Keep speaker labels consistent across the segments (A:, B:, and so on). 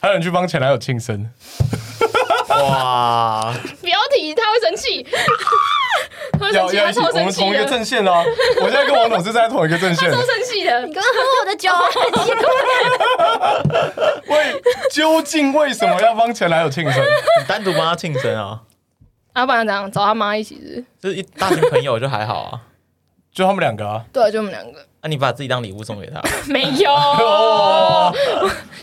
A: 还有人去帮前男友庆生，
B: 哇，
C: 不要提，他会生气，他会生
A: 要
C: 气，
A: 要
C: 他
A: 一起，
C: 超
A: 我
C: 生
A: 们
C: 气
A: 同一个
C: 的，
A: 阵线啊！我现在跟王董是在同一个阵线
C: 超， 生气的
D: 你。刚刚喝我的酒，很奇怪
A: 为究竟为什么要帮前男友庆生？
B: 你单独帮他庆生啊，
C: 啊，不然怎样？找他妈一起是不是？
B: 就是一大群朋友就还好啊。
A: 就他们两个啊，
C: 对啊，就我们两个。
B: 那、你把自己当礼物送给他，
C: 没 有，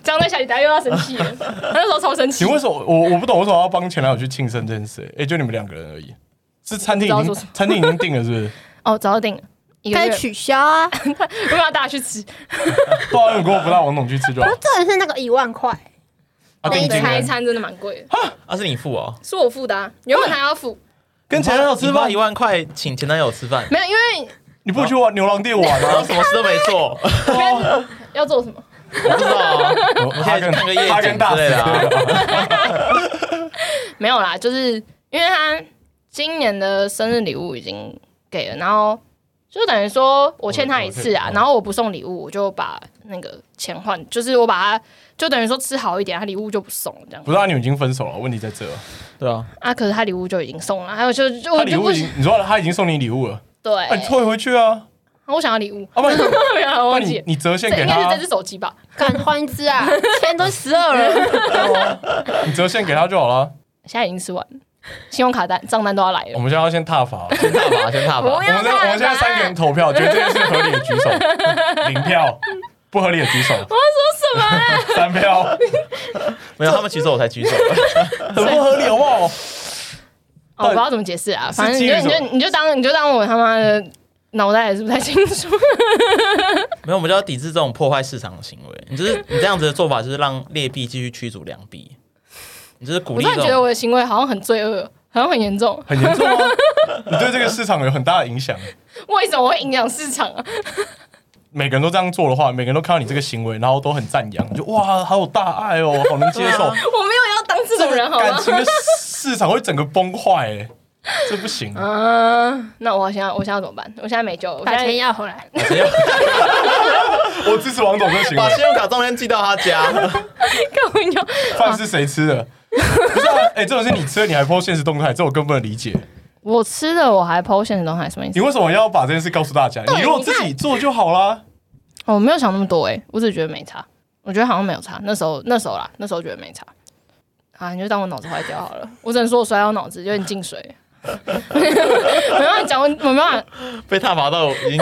C: 这样在下礼拜又要生气 了。他那时候超生气
A: 你，为什么我我不懂为什么要帮前男友去庆生这件事？哎、就你们两个人而已，是餐厅已
C: 不知道
A: 经
C: 做什么
A: 餐厅已经定了是不 是？
C: 哦，早就定了，一个
D: 该
C: 月，
D: 取消 啊！
C: 我没有要大家去吃，
A: 不然你跟我不带王董去吃就好
D: 不，重点是那个一万块，
A: 啊，
C: 那
A: 定
C: 一
A: 金
C: 餐一
A: 呢
C: 餐真的蛮贵的，
B: 啊，是你付哦。
C: 是我付的啊，原本还要付，
A: 跟前男友吃
B: 你花
A: 饭
B: 一，万块，请前男友吃饭，
C: 没有，因为
A: 你不去玩牛郎店玩
B: 然后
A: 啊？
B: 什么事都没做，
C: 要做什么？
B: 我不知道啊。
A: 我 哈根
B: 看个夜景
A: 哈根达斯
B: 之类的啊
C: 没有啦，就是因为他今年的生日礼物已经给了，然后就等于说我欠他一次啊
A: 嗯
B: 我，
C: 然后我不送礼物，我就把那个钱换，就是我把他就等于说吃好一点，他礼物就不送了这 样
A: 不是啊，你们已经分手了，问题在这。
B: 对啊，
C: 啊，可是他礼物就已经送了，还有就就
A: 他
C: 我
A: 礼
C: 就
A: 物
C: 不哎
A: 已经，你说他已经送你礼物了，
C: 对，
A: 那你退回去啊，
C: 啊我想要 礼物，
A: 啊不然你
C: 没有啊，
A: 不然
C: 我忘记
A: 你
C: 了，
A: 你折现
C: 这
A: 给
C: 应该是
A: 他
C: 这只，手机吧？
D: 敢换一只 啊？钱都十二 了，
A: 你折现给他就好 了。
C: 现在已经吃完了，信用卡单账单都要来
A: 我
C: 了，
A: 们现在要先踏 伐，我
B: 先踏吧，先踏吧
C: 不。要
A: 们在我们现在三个人投 票，觉得这件事合理的举手，零票；不合理的 举手，我
C: 啊
A: 说什么？ 三票，
B: 没有，他们举手我才举手。
A: 很不合理，好不好？
C: 哦，我不知道怎么解释啊，反正
A: 基
C: 你
A: 于
C: 就你
A: 什
C: 就你就当你就当我他妈的脑袋也是不太清楚，
B: 没有，我们就要抵制这种破坏市场的行为。你就是你这样子的做法，就是让劣币继续驱逐良币。你就是鼓
C: 我
B: 励
C: 突然
B: 这
C: 觉得
B: 种
C: 我的行为好像很罪恶，好像很严重。
A: 很严重啊！你对这个市场有很大的影响。
C: 为什么会影响市场啊？
A: 每个人都这样做的话，每个人都看到你这个行为，然后都很赞扬，你就哇，好有大爱哦，好能接受。
B: 对
C: 我没有要当 这种人，好
A: 感
C: 吗？
A: 情的市场会整个崩坏、欸，这不 行。
C: 啊，那我现在我现在要怎么办？我现在没救了，我现
D: 把
C: 在
D: 钱要回来。
B: 把信用
A: 我支持王董这行
B: 把信
A: 为，
B: 用卡账单寄到他家，
C: 根本就
A: 饭是谁吃的？不是啊，哎、这种是你吃的，你还 po 现实动态，这我更不能理解。
C: 我吃的我还剖现实动态什么意
A: 你
C: 思？
A: 为什么要把这件事告诉大家？
C: 对
A: 你如果自己做就好啦。
C: 哦我没有想那么多哎、我只是觉得没差，我觉得好像没有差。那时候那时候啦，那时候觉得没差。啊，你就当我脑子坏掉好了。我只能说我摔到脑子，有点进水。 没办法讲，我没办法，
B: 被踏伐到已经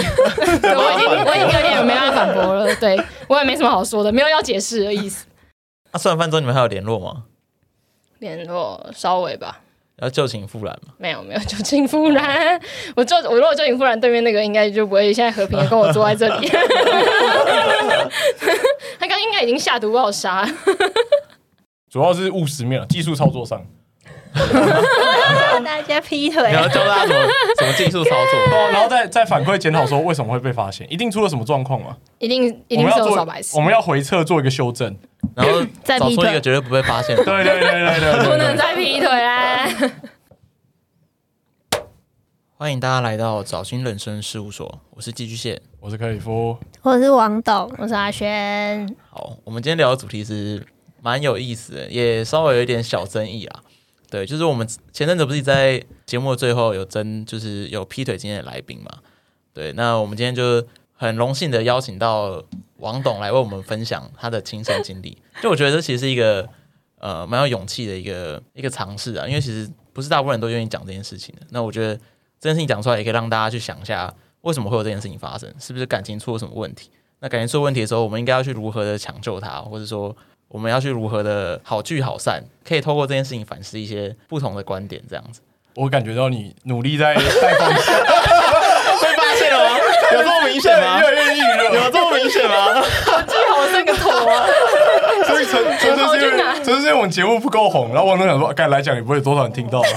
C: 对我已经我已经有点没办法反驳了。对我也没什么好说的，没有要解释的意思。
B: 那吃完啊饭之后你们还有联络吗？
C: 联络稍微吧，
B: 要旧情复燃吗？
C: 没有没有，旧情复燃。我就我如果旧情复燃，对面那个应该就不会现在和平的跟我坐在这里。他刚应该已经下毒把我杀，
A: 主要是务实面了，技术操作上。
D: 叫 大家劈腿
B: 你要教大家怎 么怎么技术操作？
A: 哦，然后再再反馈检讨说为什么会被发现，一定出了什么状况嘛？
C: 一定一
A: 我
C: 定
A: 们
C: 是
A: 要
C: 有
A: 做
C: 小白，痴
A: 我，们要回测做一个修正。
B: 然后
D: 再
B: 找
D: 劈
B: 出一个
D: 腿
B: 绝对不被发现的
A: 对对对对对
C: 不
A: 对
C: 能
A: 对。
C: 再劈腿啦。
B: 欢迎大家来到找寻人生事务所，我是寄居蟹。
A: 我是克里夫，
D: 我是王董，我是阿轩，
B: 好，我们今天聊的主题是蛮有意思的，也稍微有一点小争议啊。对，就是我们前阵子不是在节目的最后有争，就是有劈腿经验的来宾嘛。对，那我们今天就很荣幸的邀请到王董来为我们分享他的亲身经历。就我觉得这其实是一个呃蛮有勇气的一个一个尝试啊，因为其实不是大部分人都愿意讲这件事情的。那我觉得这件事情讲出来，也可以让大家去想一下，为什么会有这件事情发生，是不是感情出了什么问题？那感情出了问题的时候，我们应该要去如何的抢救它，或者说我们要去如何的好聚好散，可以透过这件事情反思一些不同的观点，这样子。
A: 我感觉到你努力在带风向，
B: 被发现了吗？有这么明
A: 现
B: 显
A: 在
B: 吗
A: 越？来越硬热。
B: 有这么明显吗？
C: 好那个头啊，
A: 所以纯纯粹是因为，纯粹是因为我们节目不够红，然后王总想说，该来讲也不会有多少人听到吧，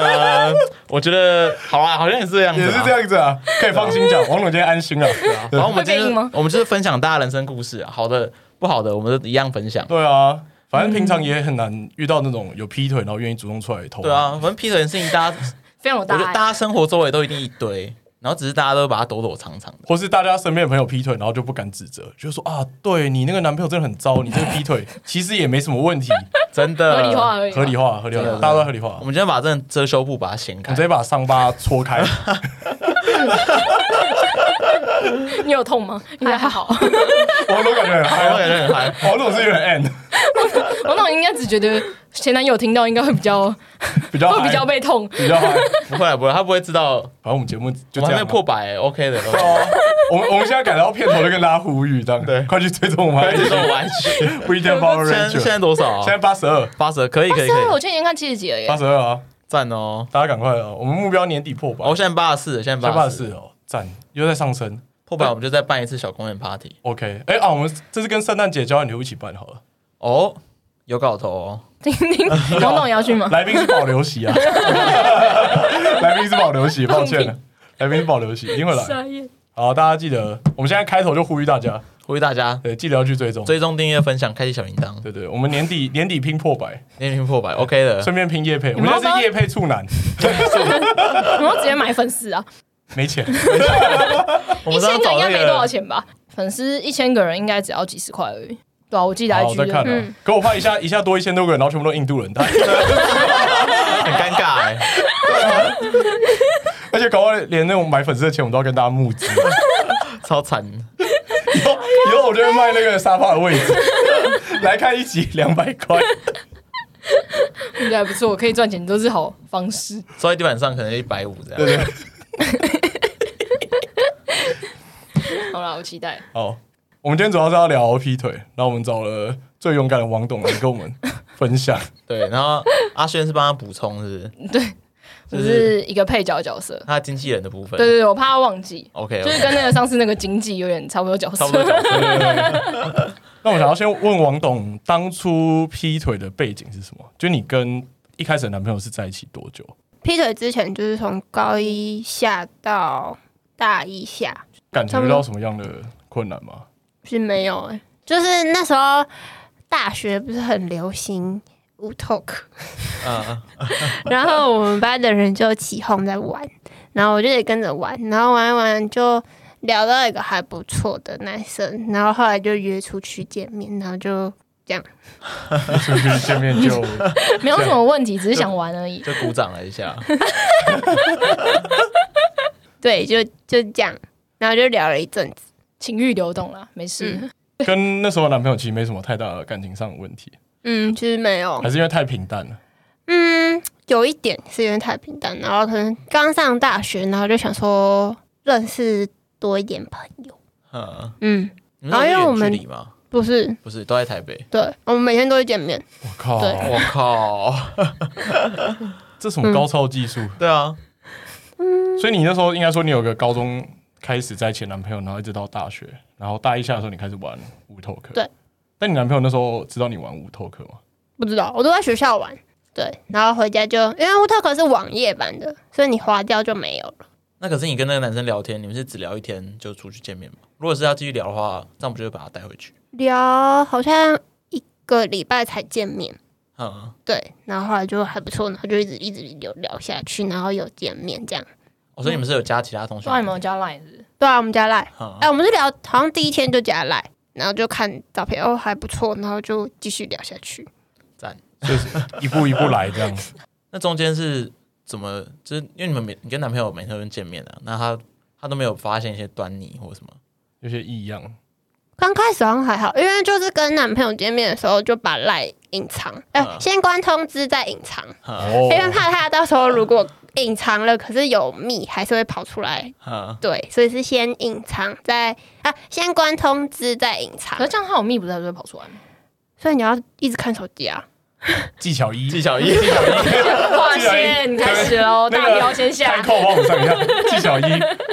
B: 呃，我觉得好啊，好像也是这样子、
A: 也是这。样子啊，可以放心讲，王总今天安心了。
B: 然后我们就
C: 会被
B: 是
C: 硬吗
B: 我们就是分享大家人生故事、啊，好的、不好的，我们都一样分享。
A: 对啊，反正平常也很难遇到那种有劈腿然后愿意主动出来投。啊
B: 哦啊 对，啊，反正劈腿的事情，大家
C: 非常有
B: 我
C: 大
B: 觉得
C: 爱。
B: 大家生活周围都一定一堆，然后只是大家都把它躲躲藏藏的。
A: 或是大家身边的朋友劈腿，然后就不敢指责，就说啊，对你那个男朋友真的很糟，你这个劈 腿其实也没什么问题，
B: 真的
C: 合理化，合理
A: 合理
C: 化。
A: 化，合理化，
B: 对啊
A: 大家都合理化
B: 我。们今天把这遮羞布把它掀
A: 我
B: 开
A: 们直，接把伤疤戳 开，
C: 你有痛吗？应该还好。我
A: 我都感觉很嗨
B: 我
A: 啊，
B: 感觉很嗨。
A: 我总是有点 end，
C: 那种应该只觉得前男友听到应该会比较
A: 比较
C: 会
A: 嗨
C: 比较被痛。
A: 比较嗨。
B: 不会啊不会啊，他不会知道，
A: 反正我们节目就这
B: 我们还
A: 样
B: 没
A: 啊。
B: 破百欸，OK 的。
A: 对啊我们我们现在改到片头就跟大家呼吁这样，
B: 对
A: 快去追踪我们
B: 这种玩具，
A: Weekend Power
B: 现在现
A: Ranger，
B: 在多少
A: 现
B: 啊？
A: 在八十二，
B: 八十，可以可以
C: 是啊，
B: 可
C: 我
B: 以，
C: 今天已经看七十集了耶
A: 八。十二啊，
B: 赞哦！
A: 大家赶快啊！我们目标年底破百，
B: 哦，现在八十四，现在
A: 现在八
B: 八
A: 十
B: 十
A: 四
B: 四，
A: 哦，赞，又在上升。
B: 破百我们就再办一次小公园 party。
A: OK，哎、啊，我们这次跟圣诞节交换礼物一起办好了。
B: 哦，有搞头哦！
C: 听听，董董也要去吗？
A: 来宾是保留席啊，来宾是保留席，抱歉了，来宾是保留席，一定会来。
C: 眼。
A: 好，大家记得，我们现在开头就呼吁大家，
B: 呼吁大家
A: 对，记得要去追踪。
B: 追踪、订阅、分享、开启小铃铛，
A: 对对，我们年底年底拼破百，
B: 年龄破百，OK 的。
A: 顺便拼叶配。我
C: 你们
A: 们
C: 要
A: 现在
C: 帮
A: 是叶配处男，
C: 我要直接买粉丝啊！
A: 没钱。
B: 我
C: 一
B: 们
C: 千
B: 上次
C: 个应
B: 找
C: 该
B: 那
C: 没多少
B: 个，
C: 钱吧？粉丝一千个人应该只要几十块而已。对啊，我记得
A: 好，
C: IG
A: 我再看
C: 的
A: 啊。可我怕一下一下多一千多个人，然后全部都印度人，他
B: 很尴尬哎。
A: 而且搞不好连那种买粉丝的钱，我们都要跟大家募资。
B: 超惨，
A: 以后以后我就会卖那个沙发的位置， 来看一集两百块。
C: 嗯应该还不错，可以赚钱都是好方式。
B: 坐在地板上可能一百五这样。
A: 对对，
C: 好啦，我期待。
A: 好，我们今天主要是要聊劈腿，然后我们找了最勇敢的王董来跟我们分 享。
B: 对，然后阿轩是帮他补充，是不是？
C: 我
B: 就是
C: 是一个配角角色。
B: 他经纪人的部分。
C: 对对对，我怕他忘记，
B: ，OK，
C: 就是跟那个上次那个经济有点差不多角
B: 差不。
C: 色
B: 多角色。
A: 那我想要先问王董，当初劈腿的背景是什么？就你跟一开始的男朋友是在一起多久？
D: 劈腿之前就是从高一下到大一下
A: 感觉到什么样的困难吗？
D: 是没有哎、就是那时候大学不是很流行无 talk，
B: 嗯嗯，
D: 然后我们班的人就起哄在玩，然后我就得跟着玩，然后玩一玩就聊到一个还不错的男生，然后后来就约出去见面，然后就
A: 是不是 见面就
C: 没有什么问题，只是想玩而已。
B: 就鼓掌了一下。
D: 对，就就这样，然后就聊了一阵子。
C: 情欲流动啦，没
D: 嗯
C: 事。
A: 跟那时候的男朋友其实没什么太大的感情上的问题，
D: 嗯，其实没有
A: 还，是因为太平淡了？
D: 嗯，有一点是因为太平淡，然后可能刚上大学，然后就想说认识多一点朋友。
B: 嗯，
D: 嗯，
B: 你们
D: 哎呦
B: 有
D: 我们
B: 远距离吗？
D: 不是，
B: 不是，都在台北。
D: 对我们每天都会见面，
A: 我靠，
D: 对
B: 我靠！
A: 这什么高超技术？
B: 对啊，
A: 所以你那时候应该说你有个高中开始在前男朋友，然后一直到大学，然后大一下的时候你开始玩无头课。
D: 对。
A: 但你男朋友那时候知道你玩无头课吗？
D: 不知道我都在学校玩。对，然后回家就因为 w t a l 是网页版的，所以你划掉就没有了。
B: 那可是你跟那个男生聊天，你们是只聊一天就出去见面吗？如果是要继续聊的话，这样不就会把他带回去？
D: 聊好像一个礼拜才见面，
B: 嗯，
D: 对，然后后来就还不错，然后就一直一直有聊下去，然后有见面这样。
B: 我哦说你们是有加其他同
C: 不
B: 学
C: 知道你们有加 line 是不是
D: 对啊，我们家赖。
B: 嗯
D: 哎、我们是聊，好像第一天就加来，然后就看照片，哦，还不错，然后就继续聊下去。
A: 就是一步一步来这样子。
B: 那中间是怎么？就是因为你们每你跟男朋友每天都见面啊，那他他都没有发现一些端倪或什么？
A: 有些异样，
D: 刚开始好像还好，因为就是跟男朋友见面的时候就把赖隐藏，哎、
B: 嗯
D: 先关通知再隐藏，
B: 嗯
A: 哦
D: 因为怕哎他到时候如果隐藏了，可是有密还是会跑出来。
B: 嗯，
D: 对，所以是先隐藏再啊，先关通知再隐藏
C: 可是，这样他有密不是还是会跑出来吗？
D: 所以你要一直看手机啊。
A: 技巧一，
B: 技巧一，
C: 划线开始 喽，
A: 那
C: 大
A: 个
C: 标先下
A: 看。扣帮我上一下。技巧一，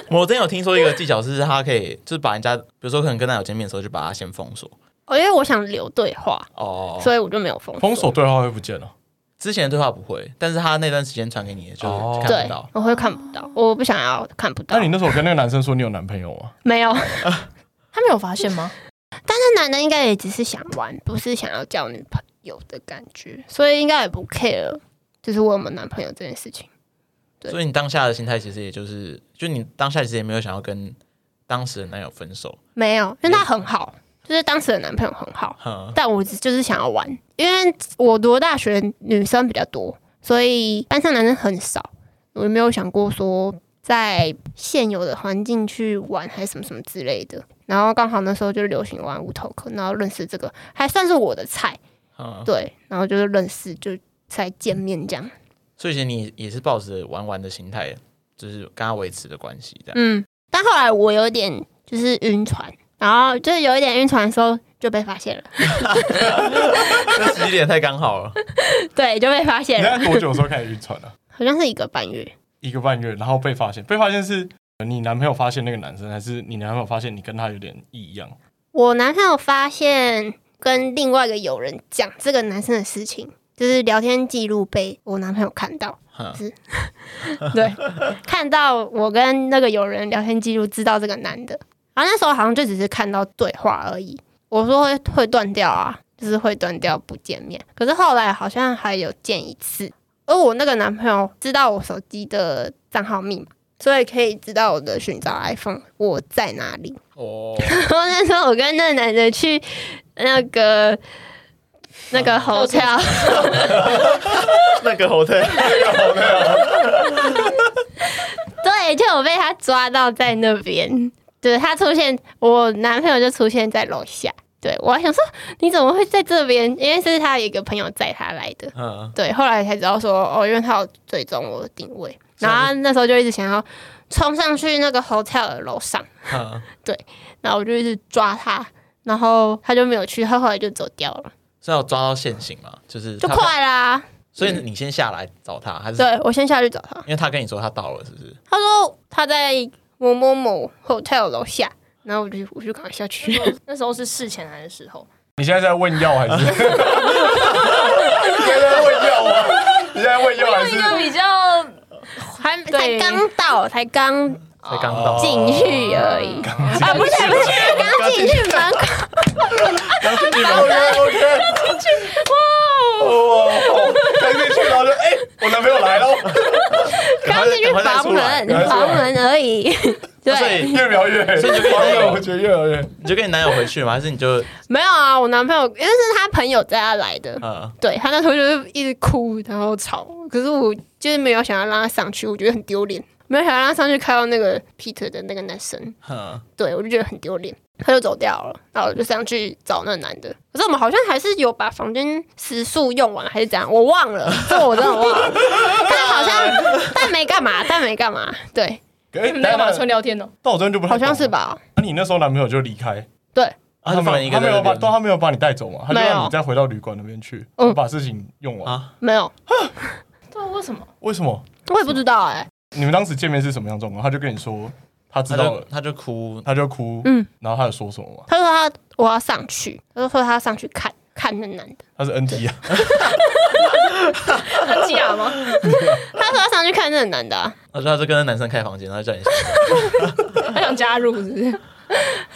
B: 我之前有听说一个技巧是，他可以就是把人家，比如说可能跟他有见面的时候，就把他先封锁。
D: 哦，因为我想留对话，
B: 哦，
D: 所以我就没有封
A: 封锁对话会不见了。
B: 之前的对话不会，但是他那段时间传给你的就是看
D: 对
B: 不到。，
D: 我会看不到，我不想要看不到
A: 那。你那时候跟那个男生说你有男朋友吗？
D: 没有，
C: 他没有发现吗？
D: 那男的应该也只是想玩，不是想要交女朋友的感觉，所以应该也不 care，就是我有没有男朋友这件事情。对
B: 所以你当下的心态其实也就是，就你当下其实也没有想要跟当时的男友分手，
D: 没有，因为他很好，就是当时的男朋友很好，
B: 哼，
D: 但我只就是想要玩，因为我读的大学女生比较多，所以班上男生很少，我也没有想过说在现有的环境去玩还是什么什么之类的。然后刚好那时候就流行玩无头壳，然后认识这个还算是我的菜，
B: 哼。
D: 对，然后就是认识就才见面这样，
B: 所以其实你也是抱着玩玩的心态，就是跟他维持的关系这样。
D: 嗯。但后来我有点就是晕船，然后就是有一点晕船的时候就被发现了，
B: 这时机点太刚好了，
D: 对，就被发现
A: 你
D: 了，
A: 在多久的时候开始晕船啊？
D: 好像是一个半月，
A: 一个半月，然后被发现，被发现是呃你男朋友发现那个男生，还是你男朋友发现你跟他有点异样？
D: 我男朋友发现跟另外一个友人讲这个男生的事情，就是聊天记录被我男朋友看到，
B: 哼
D: 对，看到我跟那个友人聊天记录，知道这个男的。然后那时候好像就只是看到对话而已。我说会会断掉啊，就是会断掉不见面。可是后来好像还有见一次，而我那个男朋友知道我手机的账号密码，所以可以知道我的寻找 iPhone 我在哪里。
B: 哦，
D: 然后那时候我跟那个男的去那个那
B: 啊
D: 个 hotel，
B: 那个 hotel，
D: 对，就有被他抓到在那边。对他出现，我男朋友就出现在楼下。对我还想说你怎么会在这边？因为是他有一个朋友载他来的。
B: 嗯，
D: 对，后来才知道说哦，因为他有追踪我的定位，
B: 啊
D: 然后他那时候就一直想要冲上去那个 hotel 的楼上，
B: 哼
D: 然后我就一直抓他，然后他就没有去，他后来就走掉了，
B: 是要抓到现行嘛？就是
D: 就
B: 他，
D: 快啦、
B: 所以你先下来找他，还是
D: 对我先下去找他。
B: 因为他跟你说他到了，是不是？
D: 他说他在某某某 hotel 楼下，然后我就我就赶快下 去。
C: 那时候是事前还是事后？
A: 你现在是在问药还是？你现在在问药吗？你现在问药还
C: 用一个
A: 是？
C: 比较
D: 还才
C: 对
D: 刚到，才刚
A: 哦
B: 才刚到，
D: 进去而已。
B: 哦
D: 啊，不是不是，刚进去门 口。
A: OK OK，哇哦，刚进去然后就哎，我男朋友来了，
D: 刚进去
B: 赶快再
D: 房
B: 出来赶快再出来
D: 门，房门而已。
B: 那所
D: 对，
B: 以
A: 越描越黑，
B: 所以你就
A: 网友我觉得越描越黑。
B: 你就跟你男友回去嘛？还是你就
D: 没有啊，我男朋友因为是他朋友带他来的，
B: 嗯
D: 对他那时候就是一直哭，然后吵。可是我就是没有想要让他上去，我觉得很丢脸，没有想要让他上去看到那个 Peter 的那个男生。
B: 哼
D: 对我就觉得很丢脸，他就走掉了，然后我就上去找那个男的。可是我们好像还是有把房间时速用完，还是怎样，我忘了，这我真的忘了。但好像但没干嘛，但没干嘛，对，
A: 哎，
C: 你们
A: 等
C: 在
A: 一下
C: 马村聊天哦，
A: 到我这边就不太
D: 好
A: 懂
D: 像是？吧？
A: 那你那时候男朋友就离开，
B: 啊，他
A: 没
B: 们
A: 有
B: 一个
A: 他没
B: 在
A: 有把，
B: 那
A: 但
B: 边
A: 他没有把你带走嘛，他就
D: 没有
A: 让你再回到旅馆那边去，
D: 嗯
A: 把事情用完。
B: 啊，
D: 没有，
C: 对啊，为什么？
A: 为什么？
D: 我也不知道哎、
A: 你们当时见面是什么样状况？他就跟你说他知
B: 他
A: 道
B: 就
A: 了，
B: 他就哭，
A: 他就哭，
D: 嗯
A: 然后他有说什么吗？
D: 他说他我要上去，他就说他要上去看看那男的，
A: 他是 NT 啊，
C: 很假吗？
D: 他说他上去看那男的啊、
B: 他说他就跟那男生开房间，然后叫你
C: 他想加入是不是？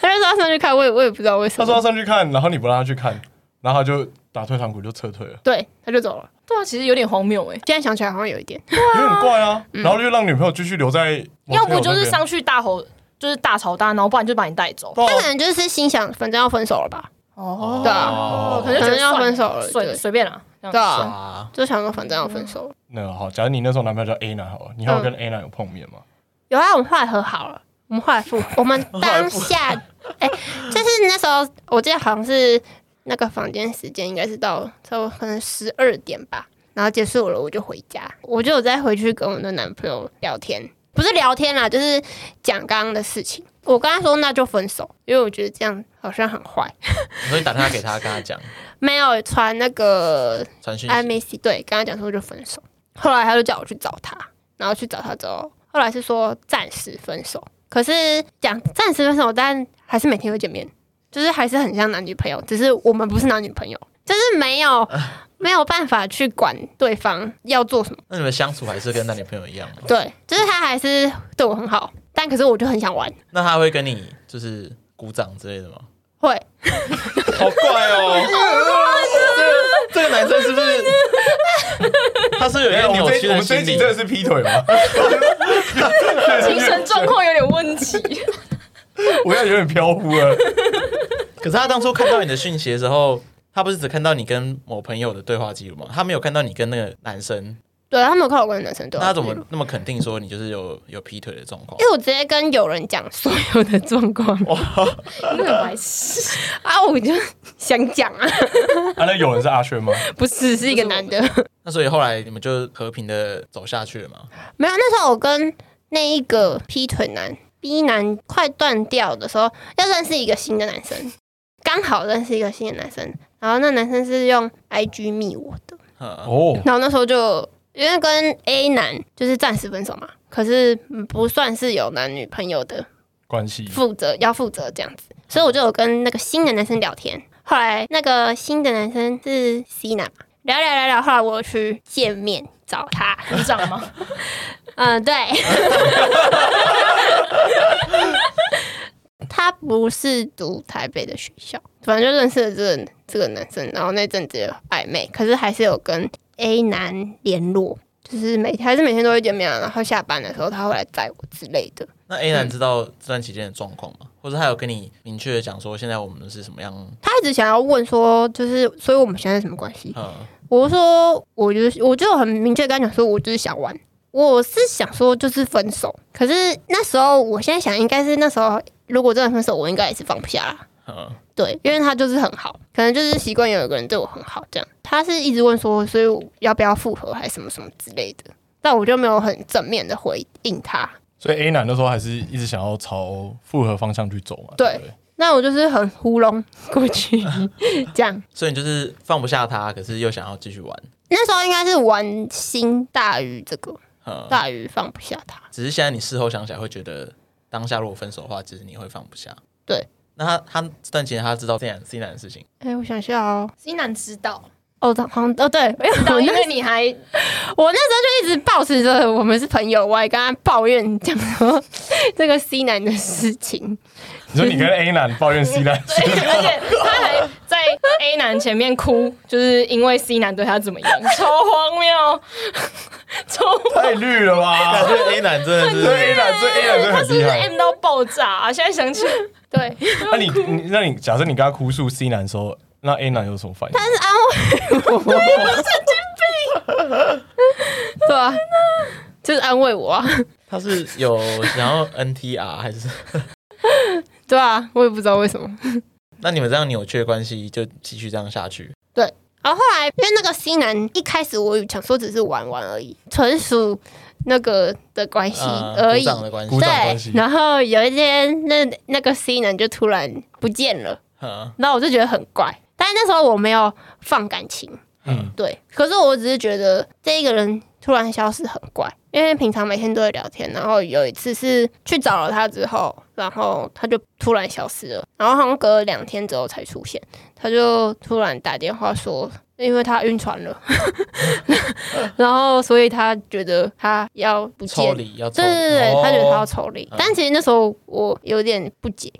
D: 他就说他上去看，我也我也不知道为什
A: 他说他
D: 么，
A: 上去看，然后你不让他去看，然后他就打退堂鼓就撤退了，
D: 对，他就走了。
C: 对啊，其实有点荒谬哎。
D: 现在想起来好像有一点，
A: 有点怪啊。然后就让女朋友继续留在，
C: 嗯要不就是，上去大吼，就是大吵大闹，不然就把你带走。
A: 对
D: 他可
A: 啊
D: 能就是心想，反正要分手了吧，
C: 哦
D: 对啊
C: 哦，可
D: 可
C: 能
D: 能要分手了，
C: 随
D: 对
C: 随便啦。
A: 哦
C: 这样
D: 对啊，
B: 耍，
D: 就想说反正要分手了。
A: 那好，假如你那时候男朋友叫 A 男好了，你还
C: 嗯
A: 有跟 A 男有碰面吗？
D: 有啊，我们后来和好了，我们后来复，我们当下，哎、就是那时候我记得好像是那个房间时间应该是到差不多可能十二点吧，然后结束了我就回家，我就有再回去跟我的男朋友聊天，不是聊天啦，就是讲刚刚的事情。我跟他说那就分手，因为我觉得这样好像很坏。
B: 所以打电话给他，跟他 讲
D: 没有传那个
B: 传讯
A: 啊
D: I
B: 息，
D: miss you，对，跟他讲说就分手。后来他就叫我去找他，然后去找他之后，后来是说暂时分手。可是讲暂时分手，但还是每天会见面，就是还是很像男女朋友，只是我们不是男女朋友，就是 没有没有办法去管对方要做什么。
B: 那你们相处还是跟男女朋友一样吗？
D: 对，就是他还是对我很好，但可是我就很想玩，
B: 那他会跟你就是鼓掌之类的 吗？
D: 会
C: 嗯
B: 好怪哦！这个这个男生是不是？他他是有一
A: 哎
B: 个
A: 我们
B: 扭
A: 这
B: 曲
A: 我
B: 的
A: 们这
B: 心
A: 一集
B: 理
A: 真。的是劈腿吗？
C: 精神状况有点问题。
A: 我要有点飘忽了。
B: 可是他当初看到你的讯息的时候，他不是只看到你跟某朋友的对话记录吗？他没有看到你跟那个男生，
D: 对，他没有看我跟男生对
A: 啊
B: 那他
D: 话
B: 怎
D: 记
B: 么
D: 录
B: 那么肯定说你就是有有劈腿的状况
D: 因？为我直接跟友人讲所有的状况
C: 你很白痴，
D: 啊，我就 想讲啊，
A: 啊，那有人是阿轩吗？
D: 不是是一个男的，
B: 那所以后来你们就和平的走下去了 嘛？
D: 没有。那时候我跟那一个劈腿男 B 男快断掉的时候，要认识一个新的男生，刚好认识一个新的男生，然后那男生是用 IG 密我的，
B: 哦，
A: 哦，
D: 然后那时候就因为跟 A 男就是暂时分手嘛，可是不算是有男女朋友的
A: 关系
D: 负责要负责这样子，所以我就有跟那个新的男生聊天。后来那个新的男生是 C 男嘛，聊聊聊聊，后来我去见面找他，
C: 鼓掌吗？
D: 嗯，对， 他不是读台北的学校，反正就认识了这个这个男生，然后那阵子有暧昧，可是还是有跟 A 男联络，就是每还是每天都会见面啊，然后下班的时候他会来载我之类的。
B: 那 A
D: 嗯
B: 男知道这段期间的状况吗？或者他有跟你明确的讲说现在我们是什么样？
D: 他一直想要问说，就是所以我们现在什么关系？
B: 嗯，
D: 我说，我就是我就很明确地跟他讲说，我就是想玩，我是想说就是分手。可是那时候，我现在想应该是那时候，如果真的分手，我应该也是放不下啦。
B: 嗯
D: 对，因为他就是很好，可能就是习惯有一个人对我很好这样。他是一直问说，所以我要不要复合，还是什么什么之类的。但我就没有很正面的回应他。
A: 所以 A 男那时候还是一直想要朝复合方向去走嘛。
D: 对
A: 不对，
D: 那我就是很糊弄过去，这样。
B: 所以你就是放不下他，可是又想要继续玩。
D: 那时候应该是玩心大于这个，
B: 嗯，
D: 大于放不下他。
B: 只是现在你事后想起来会觉得，当下如果分手的话，其实你会放不下。
D: 对。
B: 那他他这段期间他知道 C 男 C 男的事情，
D: 哎、我想笑哦。
C: 新南知道，
D: 哦，好像哦，对，因为
C: 知道，
D: 我
C: 因
D: 那
C: 为你还
D: 我那时候就一直保持着我们是朋友，我还跟他抱怨讲说这个 C 男的事情。
A: 你说你跟 A 男抱怨 C 男，
C: 对，而且他还在 A 男前面哭，就是因为 C 男对他怎么样，超荒谬，超
A: 太绿了
B: 啊，
A: 吧？
B: 这个 A 男真的
A: 这
B: 是
A: A 男，这 A 男真的
C: 他是
A: 很
C: 不是
A: 厉害。
C: M 到爆炸啊？现在想起来，
D: 对，
A: 那你你那你假设你跟他哭诉 C 男的时候，那 A 男有什么反应？
D: 但是安慰我，对啊，就是安慰我啊，
B: 他是有想要 NTR 还是？
D: 对啊，我也不知道为什么。
B: 那你们这样扭曲的关系就继续这样下去，
D: 然后后来，因为那个 C 男一开始我想说只是玩玩而已，纯属那个的关系
B: 呃
D: 而
B: 鼓
D: 已。
B: 掌的关
A: 啊
B: 系
A: 鼓，掌关系
D: 对，然后有一天，那那个 C 男就突然不见了。
B: 嗯，
D: 然后我就觉得很怪。但是那时候我没有放感情，
A: 嗯，
D: 对。可是我只是觉得这一个人突然消失很怪，因为平常每天都会聊天，然后有一次是去找了他之后，然后他就突然消失了，然后好像隔了两天之后才出现，他就突然打电话说。因为他晕船了，然后所以他觉得他要不
B: 抽
D: 见，对
B: 离要抽
D: 对
B: 离，
D: 对，对他觉得他要
B: 哦
D: 抽离。
B: 嗯
D: 但其实那时候我有点不解，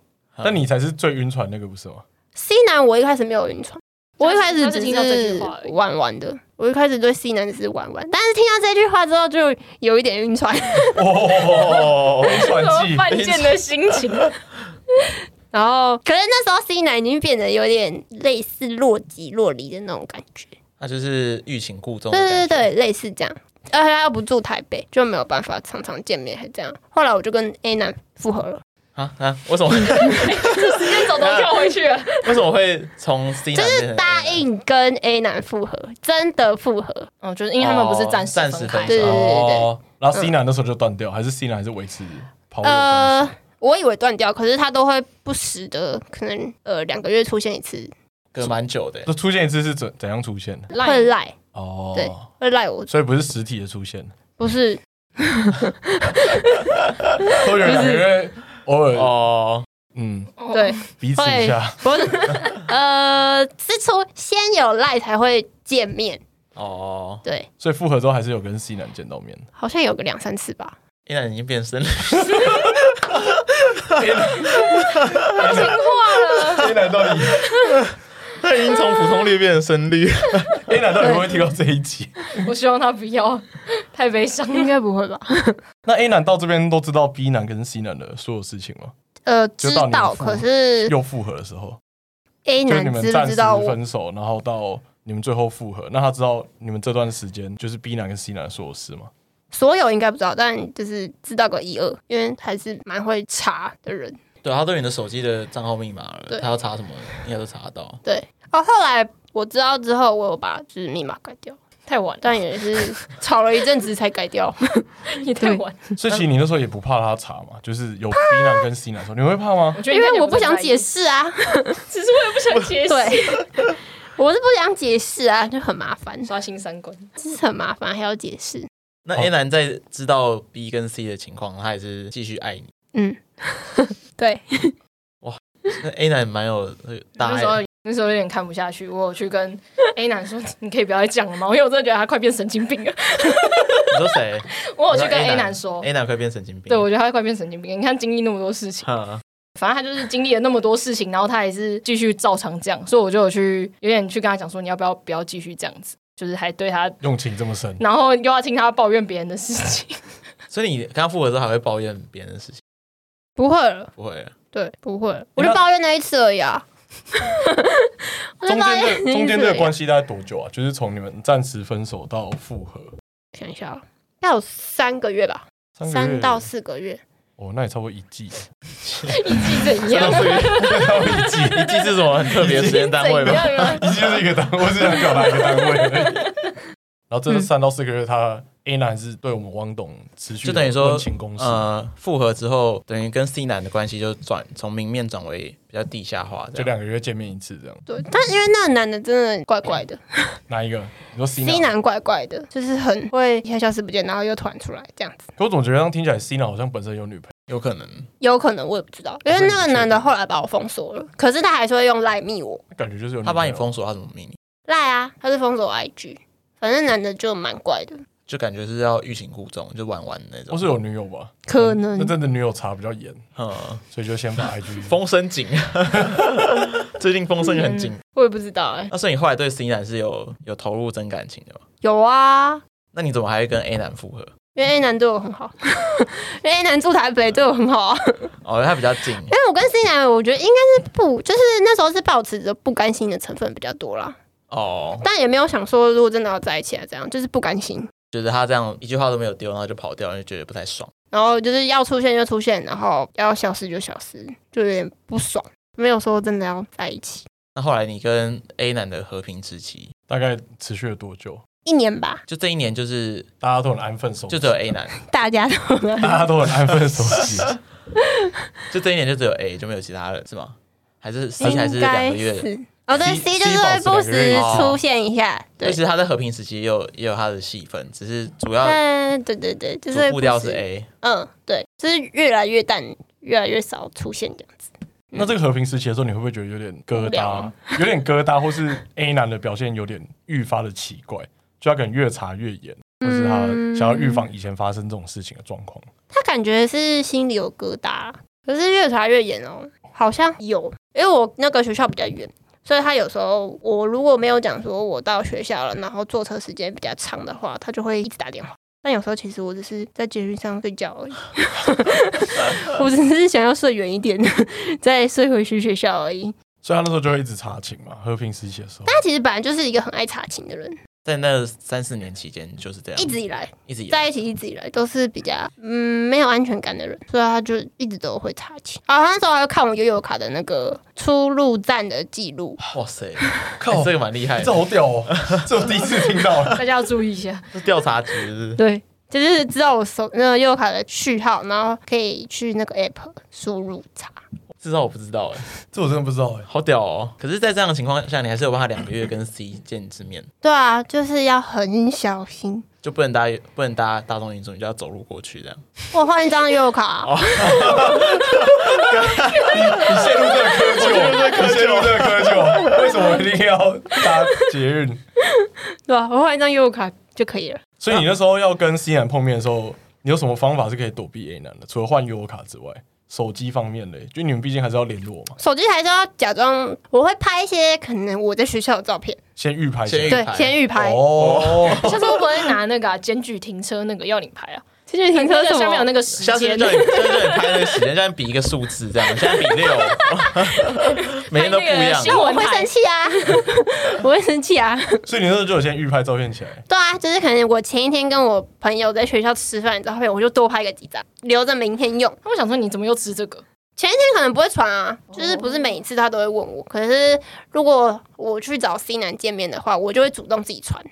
A: 但你才是最晕船那个，不是吗？
D: C 男我一开始没有晕船，我一开始
C: 他
D: 只
C: 是听到这句
D: 是
C: 话而已
D: 玩玩的。我一开始对 C 男只是玩玩，但是听到这句话之后就有一点晕船，
A: 哦，晕
C: 什
A: 船
C: 么
A: 记，
C: 犯贱的心情，
D: 然后可是那时候 C 男已经变得有点类似若即若离的那种感觉，
B: 他就是欲擒故纵的
D: 对
B: 感
D: 对
B: 觉，
D: 对，类似这样。而且他又不住台北，就没有办法常常见面，还这样。后来我就跟 A 男复合了，
B: 啊啊，为什么
C: 时间走都跳回去了，
B: 为什么会从 C
D: 就
B: 男变
D: 是
B: 成 A 男
D: 答应跟 A 男复合，真的复合，
C: 嗯，就是因为他们不是哦暂
B: 哦暂
C: 时
B: 时
C: 分开，
D: 对对对对
B: 哦
A: 然后 C 男那时候就断掉，还是 C 男还是维持抛友关
D: 呃
A: 系？，
D: 我以为断掉，可是他都会不时的，可能呃两个月出现一次，
B: 隔蛮久的，
A: 就出现一次是怎怎样出现的？
D: 会
C: 赖
D: 赖，
A: 哦，
D: 对会赖我，
A: 所以不是实体的出现，
D: 不是
A: 都有两个月偶尔
B: 哦，
A: 嗯
D: 对，
A: 彼此一下，
D: 不是呃是出先有赖才会见面，
B: 哦
D: 对，
A: 所以复合之后还是有跟 C 男见到面。
D: 好像有个两三次 吧，
B: ，A 男已经变身了，
C: 太听话了，
A: A 男到底
E: 他已经从普通绿变成深 绿，
A: 哎、难道你会听到这一集？
C: 我希望他不要太悲伤。
F: 应该不会吧？
A: 那 A 男到这边都知道 B 男跟 C 男的所有事情吗？
D: 呃，
A: 就
D: 知
A: 到你
D: 道，
A: 付
D: 可是
A: 又复合的时候，
D: 嗯 A
A: 就是你
D: 男
A: 们
D: 知不
A: 暂
D: 知
A: 时
D: 道我？
A: 分手，然后到你们最后复合，那他知道你们这段时间就是 B 男跟 C 男的所有事 吗？
D: 所有应该不知道，但就是知道个一二，因为还是蛮会查的人。
B: 对，啊他都有你的手机的账号密码了，
D: 对
B: 他要查什么应该都查得到。
D: 对，哦，后来我知道之后，我有把就是密码改掉，
C: 太晚了，
D: 但也是 吵了一阵子才改掉。
C: 也太晚了。
A: 所以其实你那时候也不怕他查嘛，就是有 B 男跟 C 男的时候，你会怕吗？
C: 我觉得
D: 因
C: 你看起
D: 为
C: 来
D: 我不想
C: 太在意
D: 解，释啊，
C: 只是我也不想解释。
D: 对，我是不想解释啊，就很麻烦，
C: 刷新三观，
D: 就是很麻烦，还要解释。
B: 那
A: 好
B: A 男在知道 B 跟 C 的情况，他也是继续爱你。
D: 嗯，对，
B: 那 A 男蛮有呃大
C: 那时候
B: 爱，
C: 那时候有点看不下去，我有去跟 A 男说：“你可以不要再讲了吗？”因为我真的觉得他快变神经病了。
B: 你说谁？
C: 我有去跟
B: 你
C: A 男说，
B: ，A 男快变神经病。
C: 对我觉得他快变神经病。你看经历那么多事情，
B: 哈，
C: 反正他就是经历了那么多事情，然后他也是继续照常这样，所以我就有去有点去跟他讲说：“你要不要不要继续这样子？”就是还对他，
A: 用情这么深，
C: 然后又要听他抱怨别人的事情。
B: 所以你跟他复合的时候还会抱怨别人的事情？
D: 不会了，
B: 不会，啊
D: 对，不会了，我就抱怨那一次而已 啊。我就
A: 中
D: 抱
A: 间这
D: 怨那一次
A: 中间这
D: 而
A: 个
D: 已啊
A: 关系大概多久啊？就是从你们暂时分手到复合
D: 想一下哦，要有三个月吧，
A: 三个
D: 三
A: 月
D: 到四个月，
A: 哦，那也差不多一季，
C: 怎样？
A: 一季
B: 你记是什么很特别的时间单位
C: 怎
B: 吗？
C: 样啊？
A: 一季就是一个单位，我只想表达一个单位 而已。然后
B: 嗯
A: 这是三到四个月，他 A 男是对我们汪董持续
B: 就等于说
A: 温情攻势，
B: 呃，复合之后，等于跟 C 男的关系就转从明面转为比较地下化，
A: 就两个月见面一次这样。
D: 对，但因为那个男的真的怪怪的
A: 哪一个？你说 C
D: ，C
A: 男？
D: 男怪怪的，就是很会一下消失不见，然后又突然出来这样子，
A: 可我总觉得这样听起来 C 男好像本身有女朋友。
B: 有可能。
D: 有可能我也不知道，因为那个男的后来把我封锁了，可是他还是会用赖密我，
A: 感觉就是有女
B: 他
A: 朋友
B: 把你，封锁，他怎么命你？
D: 赖啊，他是封锁我 IG，反正男的就蛮怪的，
B: 就感觉是要欲擒故纵，就玩玩那种。
A: 或是有女友吧？
D: 可能
A: 那真的女友查比较严，
B: 嗯，
A: 所以就 先把 IG
B: 风声 紧，最近风声很紧。
D: 我也不知道哎、
B: 那嗯啊所以你后来对 C 男是有有投入真感情的吗？
D: 有啊，
B: 那你怎么还会跟 A 男复合？
D: 因为 A 男对我很好，因为 A 男住台北对我很好啊，
B: 哦，他比较近，
D: 因为我跟 C 男，我觉得应该是不，就是那时候是抱持着不甘心的成分比较多啦。
B: 哦，
D: 但也没有想说，如果真的要在一起啊，这样就是不甘心，
B: 觉得他这样一句话都没有丢，然后就跑掉，就觉得不太爽。
D: 然后就是要出现就出现，然后要消失就消失，就有点不爽，没有说真的要在一起
B: 那后来你跟 A 男的和平时期，
A: 大概持续了多久？
D: 一年吧，
B: 就这一年就是
A: 大家都很安分守己，
B: 就只有 A 男，
D: 大家都
B: 啊
A: 大家都很安分守己。
B: 就这一年就只有 A，就没有其他人是吗？还是 C 还是两个月？
D: 是哦，对
A: C-
D: ，C 就是会不时
B: 哦
D: 出现一下，
B: 对，
D: 对
B: 其，实他在和平时期也有也有他的戏份，只是主要
D: 但嗯对对对，就是会
B: 主步调是
D: 不时
B: A。
D: 嗯，对，就是越来越淡，越来越少出现这样子。
A: 那这个和平时期的时候，你会不会觉得有点疙
D: 嗯无
A: 瘩
D: 聊，啊
A: 有点疙瘩，或是 A 男的表现有点愈发的奇怪，就他可能越查越严，
D: 嗯
A: 或是他想要预防以前发生这种事情的状况。
D: 他感觉是心里有疙瘩，啊可是越查越严哦，好像有，因为我那个学校比较远，所以他有时候我如果没有讲说我到学校了，然后坐车时间比较长的话，他就会一直打电话。但有时候其实我只是在捷运上睡觉而已，我只是想要睡远一点，再睡回去学校而已。
A: 所以他那时候就会一直查寝嘛，和平时期的时候。
D: 他其实本来就是一个很爱查寝的人，
B: 在那三四年期间就是这样，
D: 一直以来
B: 一直以来
D: 在一起一直以来都是比较嗯没有安全感的人，所以他就一直都会查寝。啊，他那时候还要看我悠游卡的那个出入站的记录，
B: 哇塞，哎
A: 靠
B: 这个蛮厉害的，
A: 这好屌哦！这我第一次听到。
C: 大家要注意一下，
B: 是调查局是不是
D: 对，就是知道我手那个悠游卡的序号，然后可以去那个 app 输入查。
B: 至少我不知道哎，
A: 这我真的不知道哎、
B: 好屌哦！可是，在这样的情况下，你还是有办法两个月跟 C 见一次面，
D: 对啊，就是要很小心。
B: 就不能搭不能搭大众运输，你就要走路过去这样。
D: 我换一张悠游卡、啊
A: 你陷入这个窠臼，你陷入这个窠臼，为什么一定要搭捷运？
D: 对啊，我换一张悠游卡就可以了。
A: 所以你那时候要跟 C 男碰面的时候，你有什么方法是可以躲避 A 男的？除了换 U 卡之外，手机方面嘞？就你们毕竟还是要联络嘛，
D: 手机还是要假装，我会拍一些可能我在学校的照片，
A: 先预拍
B: 先
A: 先
B: 预
D: 对
B: 拍，
D: 先预拍。
A: 哦，
C: 下次会不会拿那个啊检举停车那个要你牌啊？
D: 其实停车
C: 那
D: 什
C: 个下面有
D: 么？
C: 那个时
B: 下次就
C: 间
B: 叫， 你，下次叫你拍那个时间，叫你比一个数字这样，现在比六， 每天都不一样
C: 拍那。个
D: 我会生气啊，我会生气啊。
A: 所以你那时候就有先预拍照片起来，
D: 对啊，就是可能我前一天跟我朋友在学校吃饭的照片，我就多拍个几张，留着明天用。
C: 他们想说你怎么又吃这个？
D: 前一天可能不会传啊，
B: 哦
D: 就是不是每一次他都会问我。可是如果我去找 C 男见面的话，我就会主动自己传。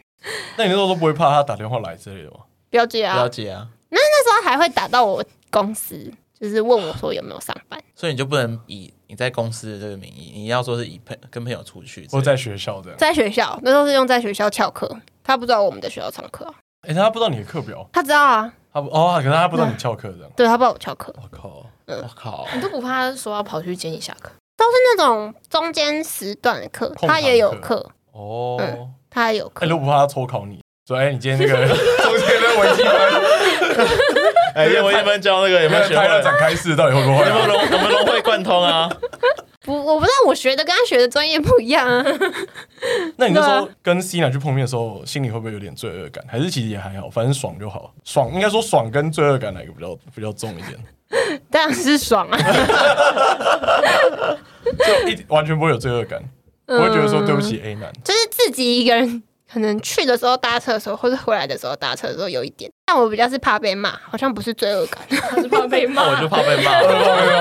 A: 那你那时候都不会怕他打电话来之类的吗？
D: 不要这样
B: 了
D: 啊，
B: 解啊，
D: 那时候还会打到我公司，就是问我说有没有上班。
B: 所以你就不能以你在公司的这个名义，你要说是以朋跟朋友出去之类的，
A: 或者在学校这样？
D: 在学校那时候是用在学校翘课，他不知道我们在学校上课啊，
A: 哎，他不知道你的课表，
D: 他知道啊，
A: 他不哦，可是他不知道你翘课这样。
D: 对他不知道我翘课，
B: 哦
A: 我哦靠，
B: 我靠，
C: 你都不怕说要跑去接 你下课？
D: 那种中间时段的课
A: 空堂
D: 他也有
A: 课
D: 课，
A: 哦
D: 嗯，他也有
A: 哎，
D: 课。
A: 都不怕他抽考你，说哎，你今天那 个中间的微积分，
E: 哎，我原本教那个有
A: 有
E: 没
A: 没
E: 有
A: 有
E: 学
A: 开
E: 会
A: 了？展开式到底会不会
E: 有没有
A: 啊？
E: 融？有没有融会贯通啊？
D: 不，我不知道我学的跟他学的专业不一样啊。
A: 那你那时候跟 C 男去碰面的时候，心里会不会有点罪恶感？还是其实也还好，反正爽就好。爽应该说爽跟罪恶感哪个比较比较重一点？
D: 当然是爽啊！
A: 就一完全不会有罪恶感，不
D: 嗯
A: 会觉得说对不起 A 男。
D: 就是自己一个人，可能去的时候搭车的时候，或者回来的时候搭车的时候有一点，但我比较是怕被骂，好像不是罪恶感。
C: 还是怕被骂？
B: 那我就怕被骂
A: 没有没有没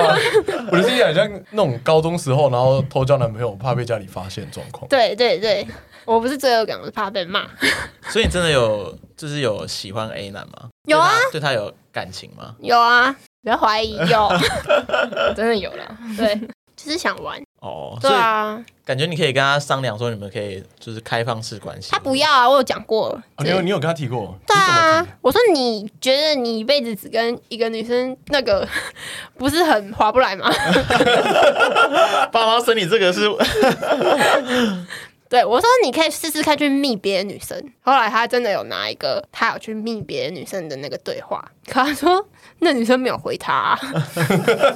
A: 有 我的心想像那种高中时候，然后偷交男朋友，怕被家里发现的状况。
D: 对对对，我不是罪恶感，我是怕被骂。
B: 所以你真的有就是有喜欢 A 男吗？
D: 有啊
B: 对他，对他有感情吗？
D: 有啊，不要怀疑， 有
C: 真的有了，
D: 对，就是想玩。
B: 哦，
D: 对啊，
B: 所以感觉你可以跟他商量说，你们可以就是开放式关系。
D: 他不要啊，我有讲过了。
A: 哦你有你有跟他提过？
D: 对
A: 你怎么提
D: 啊，我说你觉得你一辈子只跟一个女生那个 不是很划不来吗？
E: 爸妈生你这个是
D: 对，我说你可以试试看去密别的女生。后来他真的有拿一个他有去密别的女生的那个对话，可他说那女生没有回他、啊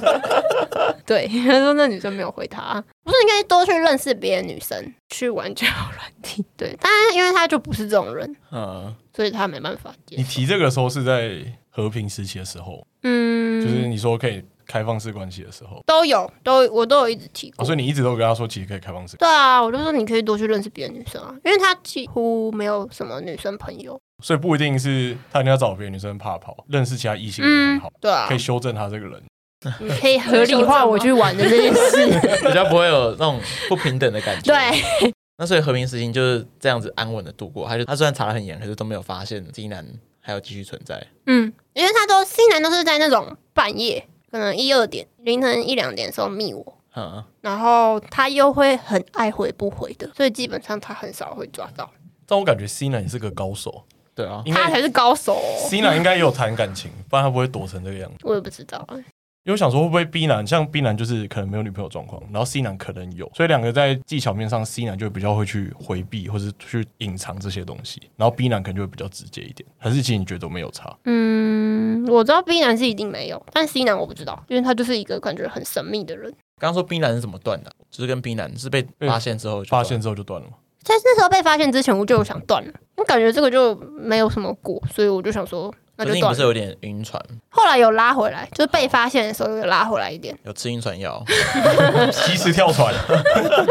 D: 对，他说那女生没有回他、啊我说你可以多去认识别的女生，去玩交友软体。 对，当然因为他就不是这种人，
B: 嗯，
D: 所以他没办法接
A: 你提这个时候是在和平时期的时候，
D: 嗯，
A: 就是你说可以开放式关系的时候。
D: 都有，都我都有一直提
A: 哦
D: 过。
A: 所以你一直都跟他说，其实可以开放式。
D: 对啊，我就说你可以多去认识别的女生啊，因为他几乎没有什么女生朋友。
A: 所以不一定是他一定要找别的女生怕跑，认识其他异性也很
D: 嗯
A: 好，，
D: 对啊
A: 可以，修正他这个人。
D: 你可以合理化我去玩的这件事。
B: 比较不会有那种不平等的感觉。
D: 对，
B: 那所以和平时期就是这样子安稳的度过。他就他虽然查得很严，可是都没有发现 D 男还有继续存在。
D: 嗯，因为他都 C 男都是在那种半夜，可能一二点、凌晨一两点的时候密我，
B: 嗯，
D: 然后他又会很爱回不回的，所以基本上他很少会抓到，
A: 但我感觉 C 男也是个高手，
B: 对啊，
A: 应
D: 他
A: 该
D: 才是高手、哦。
A: C 男应该也有谈感情，不然他不会躲成这个样子。
D: 我也不知道，
A: 因为我想说会不会 B 男，像 B 男就是可能没有女朋友状况，然后 C 男可能有，所以两个在技巧面上，C 男就比较会去回避或是去隐藏这些东西，然后 B 男可能就会比较直接一点。还是其实你觉得都没有差？
D: 嗯，我知道 B 男是一定没有，但 C 男我不知道，因为他就是一个感觉很神秘的人。
B: 刚刚说 B 男是怎么断的？啊就是跟 B 男是被发现之后就断
A: 发现之后就断了吗？
D: 在那时候被发现之前，我就想断了，我感觉这个就没有什么果，所以我就想说那
B: 可
D: 就是
B: 你
D: 断
B: 不是
D: 了。
B: 有点晕船，
D: 后来有拉回来，就是被发现的时候有拉回来一点。
B: 有吃晕船药？
A: 及时跳船，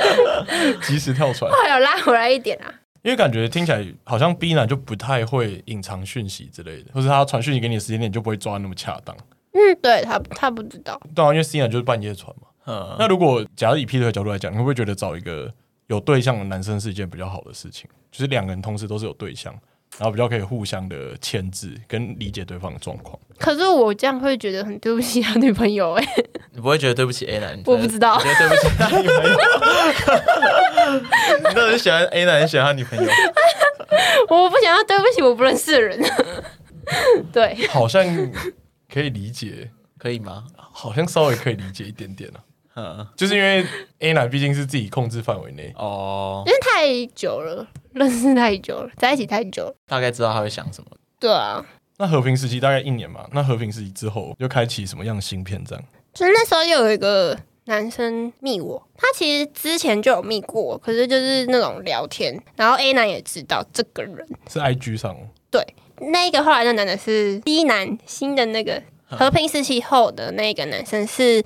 A: 及时跳船，
D: 后来有拉回来一点啊。
A: 因为感觉听起来好像 B 男就不太会隐藏讯息之类的，或是他传讯息给你的时间点就不会抓得那么恰当。
D: 嗯，对他他不知道，
A: 对啊，因为 C 男就是半夜传嘛。
B: 嗯，
A: 那如果假如以劈腿的角度来讲，你会不会觉得找一个有对象的男生是一件比较好的事情？就是两个人同时都是有对象，然后比较可以互相的牵制跟理解对方的状况。
D: 可是我这样会觉得很对不起他女朋友哎、
B: 你不会觉得对不起 A 男？你
D: 我不知道
B: 你觉得对不起他女朋友？ 你到底是喜欢 A 男，还是喜欢他女朋友？
D: 我不想要对不起我不认识的 人。对，
A: 好像可以理解，
B: 可以吗？
A: 好像稍微可以理解一点点啊。
B: 嗯，
A: 就是因为 A 男毕竟是自己控制范围内，
B: 哦，
D: 因为太久了，认识太久了，在一起太久了。
B: 大概知道他会想什么。
D: 对啊，
A: 那和平时期大概一年嘛，那和平时期之后又开启什么样的新篇章？
D: 就是那时候又有一个男生密我，他其实之前就有密过我，可是就是那种聊天，然后 A 男也知道这个人，
A: 是 IG 上哦
D: 那一个后来那男的是 B 男，新的那个和平时期后的那个男生是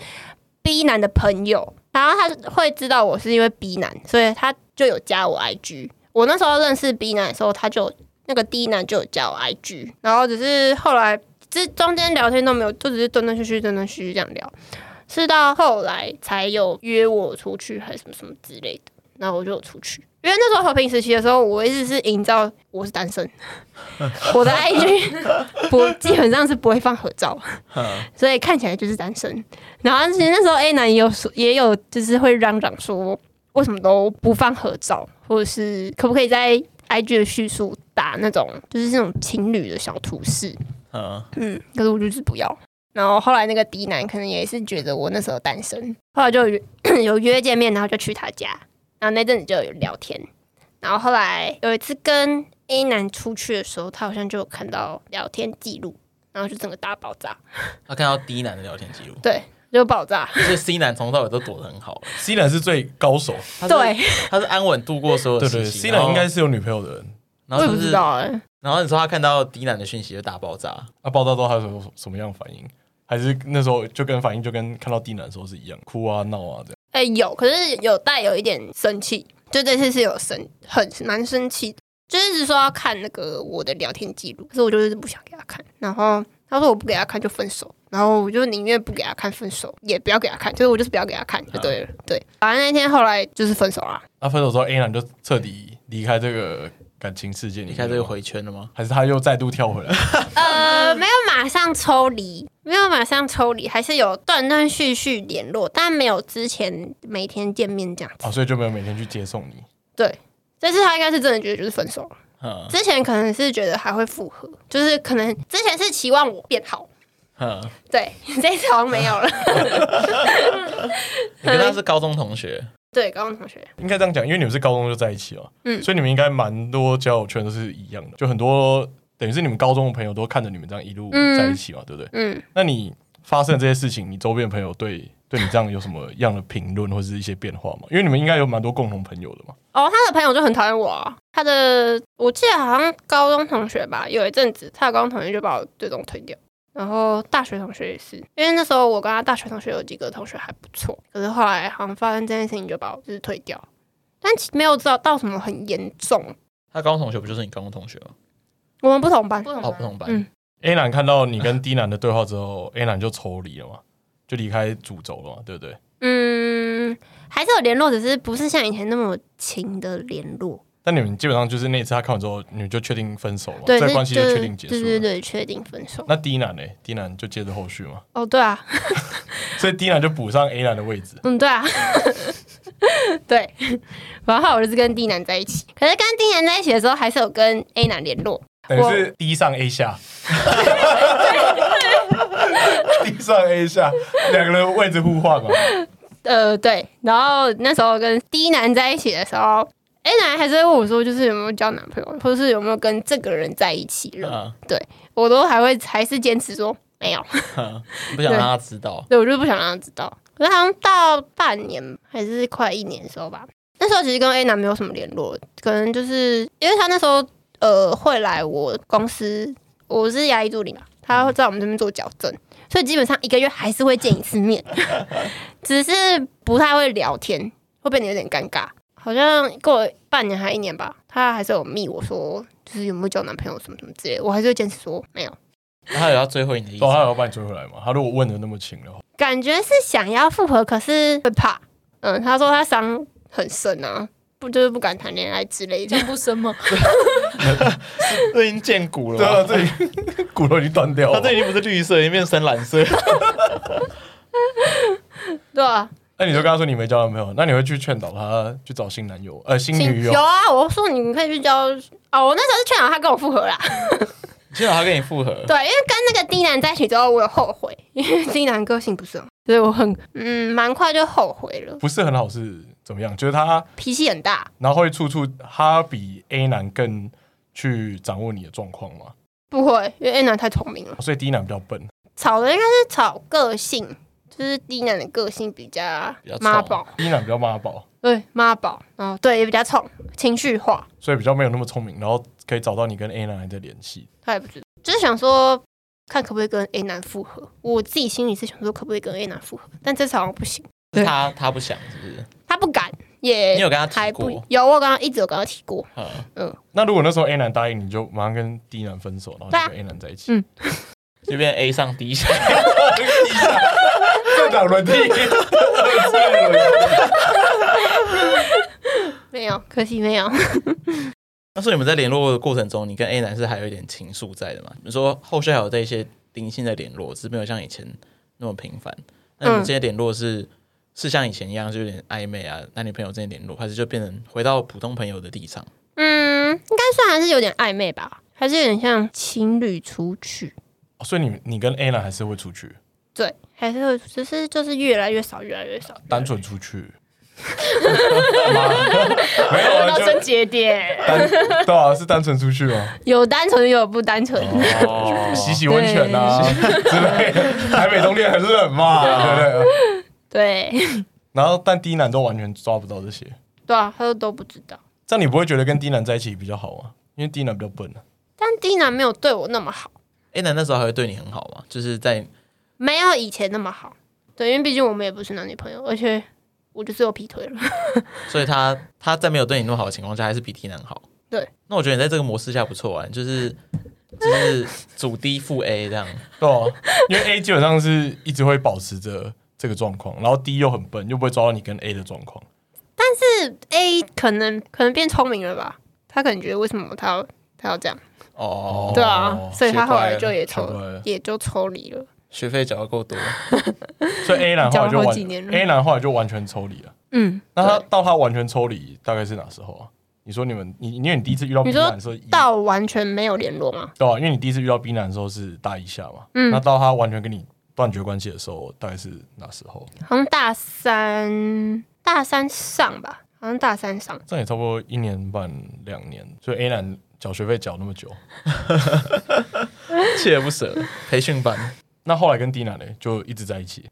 D: B 男的朋友，然后他会知道我是因为 B 男，所以他就有加我 IG。我那时候认识 B 男的时候，他就那个 D 男就有加我 IG，然后只是后来这中间聊天都没有，就只是断断续续、断断续续这样聊，是到后来才有约我出去还是什么什么之类的，然后我就有出去。因为那时候和平时期的时候，我一直是营造我是单身，我的 IG 不基本上是不会放合照，所以看起来就是单身。然后其实那时候 A 男也有说，也有就是会嚷嚷说，为什么都不放合照，或者是可不可以在 IG 的叙述打那种就是那种情侣的小图示？
B: 嗯，
D: 嗯，可是我就是不要。然后后来那个 D 男可能也是觉得我那时候单身，后来就有约 有约见面，然后就去他家，然后那阵子就有聊天。然后后来有一次跟 A 男出去的时候，他好像就有看到聊天记录，然后就整个大爆炸，
B: 他看到 D 男的聊天记录，
D: 对，就爆炸，
B: 就是 C 男从头到尾都躲得很好，
A: ，C 男是最高手，
B: 他是
D: 对，
B: 他是安稳度过所有
A: 对
B: 事
A: 对
B: 情。
A: 对，C
B: 然
A: 男
B: 后
A: 应该，是有女朋友的人。
B: 然
D: 我
B: 后
D: 也
B: 是
D: 不
B: 不是
D: 知道哎、
B: 然后你说他看到 D 男的讯息就大爆炸，
A: 那报啊道到他有什么样的反应？还是那时候就跟反应就跟看到 D 男的时候是一样，哭啊闹啊这样。
D: 哎、有，可是有带有一点生气，就这次是有生很蛮生气的，就是只说要看那个我的聊天记录，可是我就是不想给他看，然后他说我不给他看就分手，然后我就宁愿不给他看分手，也不要给他看，就是我就是不要给他看就对了，对，反正那天后来就是分手啦，
A: 那啊分手之后，A 男就彻底离开这个感情世界里面，
B: 离开这个回圈了吗？
A: 还是他又再度跳回来？
D: 呃，没有马上抽离，没有马上抽离，还是有断断续续联络，但没有之前每天见面这样子
A: 啊，，所以就没有每天去接送你。
D: 对，这次他应该是真的觉得就是分手了。
B: 嗯
D: 之前可能是觉得还会复合，就是可能之前是期望我变好，
B: 嗯，
D: 对， 这一次好像没有了。
B: 你跟他是高中同学，
D: 对，高中同学，
A: 应该这样讲，因为你们是高中就在一起了，
D: 嗯
A: 所以你们应该蛮多交友圈都是一样的，就很多等于是你们高中的朋友都看着你们这样一路
D: 嗯
A: 在一起嘛，对不对？
D: 嗯，
A: 那你发生这些事情，你周边的朋友对对你这样有什么样的评论或是一些变化吗？因为你们应该有蛮多共同朋友的嘛。
D: 哦，他的朋友就很讨厌我、啊，他的我记得好像高中同学吧，有一阵子他的高中同学就把我最终推掉。然后大学同学也是，因为那时候我跟他大学同学有几个同学还不错，可是后来好像发生这件事情就把我就是推掉，但其没有知道到什么很严重。
B: 他高中同学不就是你高中同学吗？
D: 我们不同班，
C: 啊
B: 哦，不同班，
D: 嗯
A: A 男看到你跟 D 男的对话之后，A 男就抽离了嘛，就离开主轴了嘛，对不对？
D: 嗯，还是有联络，只是不是像以前那么勤的联络。
A: 但你们基本上就是那一次他看完之后，你们就确定分手了嘛，
D: 对，
A: 这个哦关系就
D: 对
A: 确定结束了。
D: 对对对，确定分手。
A: 那 D 男呢？D 男就接着后续嘛，
D: 哦，对啊，
A: 所以 D 男就补上 A 男的位置。
D: 嗯，对啊，对。然后后来我就是跟 D 男在一起，可是跟 D 男在一起的时候，还是有跟 A 男联络。
A: 等于是 D 上 A 下，D 上 A 下，两个人位置互换嘛。
D: 呃，对。然后那时候跟 D 男在一起的时候，A 男还是会问我说，就是有没有交男朋友，或者是有没有跟这个人在一起
A: 啊
D: 了，
B: 嗯，
D: 我都还会还是坚持说没有。
B: 不想让他知道，
D: 对，我就不想让他知道。可是好像到半年还是快一年的时候吧，那时候其实跟 A 男没有什么联络，可能就是因为他那时候呃会来我公司，我是牙医助理嘛，他会在我们这边做矫正，所以基本上一个月还是会见一次面，只是不太会聊天，会变得有点尴尬。好像过了半年还一年吧，他还是有密我说，就是有没有交男朋友什么什么之类的，我还是会坚持说没有。
B: 那他有要追回你的意思
A: 所以
B: 吗
A: 哦
E: 哦
A: 他？有把你追回来嘛？他如果问的那么勤的话，
D: 感觉是想要复合，可是会怕。嗯，他说他伤很深啊，不就是不敢谈恋爱之类的
C: 讲。不深 吗？
E: 这已经见骨
A: 对
E: 了
A: 啊，
E: 吧？
A: 这
B: 哦
A: 里骨头已经断掉
E: 它这
A: 了。
E: 已经不是绿色，已经变深蓝色。
D: 对啊，
A: 那你就跟他说你没交男朋友，那你会去劝导他去找新男友呃新
B: 哦
A: 女友
D: 有？啊，我说你可以去交哦。我那时候是劝导他跟我复合啦，
B: 你知道他跟你复合，
D: 对，因为跟那个 D 男在一起之后，我有后 悔，因为 D 男个性不是很好，哦所以我很嗯蛮快就后悔了，
A: 不是很好是怎么样？就是他，
D: 脾气很大，
A: 然后会处处他比 A 男更去掌握你的状况嘛，
D: 不会，因为 A 男太聪明了。
A: 所以 D 男比较笨。
D: 吵的应该是吵个性，就是低男的个性比较
B: 比较
D: 妈
B: 冲
D: 宝，
A: E 低男比较妈宝，
D: 对妈宝，然后对也比较冲，情绪化，
A: 所以比较没有那么聪明，然后可以找到你跟 A 男还在联系。
D: 他也不知道，就是想说看可不可以跟 A 男复合。我自己心里是想说可不可以跟 A 男复合，但这次好像不行，
B: 是他他不想是不是？
D: 他不敢，也
B: 你有跟他
D: 还
B: 提
D: 不
B: 过？
D: 有，我刚刚一直有跟他提过，
B: 嗯，
A: 那如果那时候 A 男答应，你就马上跟 D 男分手，然后就跟 A 男在一起，
D: 嗯
B: 就变 A 上 D 下，
A: 政党轮替，
D: 没有，可惜没有。
B: 那所以你们在联络的过程中，你跟 A 男是还有一点情愫在的嘛？你说后续还有在一些零星的联络，只是没有像以前那么频繁。那你们
D: 嗯
B: 这些联络是、是像以前一样，就有点暧昧啊，男女朋友之间联络，还是就变成回到普通朋友的立场？
D: 嗯，应该算还是有点暧昧吧，还是有点像情侣出去，
A: 哦 所以你你跟 A 男还是会出去，
D: 对，还是会，只是就是越来越少，越来越少。
A: 单纯出去。
C: 没有到症结点，
A: 啊单对啊，是单纯出去吗？
D: 有单纯，有不单纯。
B: 哦，
A: 洗洗温泉啊之类的，台北冬天很冷嘛， 对啊不对？
D: 对，
A: 然后但 D 男都完全抓不到这些，
D: 对啊，他都都不知道。
A: 这样你不会觉得跟 D 男在一起比较好吗？因为 D 男比较笨啊，
D: 但 D 男没有对我那么好，
B: A 男那时候还会对你很好嘛？就是在
D: 没有以前那么好。对，因为毕竟我们也不是男女朋友，而且我就是有劈腿了。
B: 所以他他在没有对你那么好的情况下，还是比 T 男好。
D: 对，
B: 那我觉得你在这个模式下不错啊，就是就是主 D 负 A 这样，
A: 对啊，因为 A 基本上是一直会保持着这个状况，然后 D 又很笨，又不会抓到你跟 A 的状况。
D: 是 A 可能可能变聪明了吧？他可能觉得为什么他要他要这样？
B: 哦，
D: 对啊，所以他后
B: 学
D: 来
B: 乖
D: 就
B: 了
D: 也
A: 学乖
D: 抽
A: 了
D: 也就抽离了。
B: 学费缴的够多，
A: 所以 A 男后来就
D: 交往好
A: 完
D: 几年了
A: ，A 男后来就完全抽离了。
D: 嗯，
A: 那他到他完全抽离大概是哪时候啊？你说你们，你因为你第一次遇到 B
D: 你说
A: 男的时候，
D: 到完全没有联络吗？
A: 对啊，因为你第一次遇到 B 男的时候是大一下嘛，
D: 嗯
A: 那到他完全跟你断绝关系的时候，大概是哪时候？
D: 好像大三大三上吧，好像大三上。
A: 这样也差不多一年半两年，所以 A 男缴学费缴那么久，
B: 锲而不舍，培训班。
A: 那后来跟 D 男呢就一直在一起，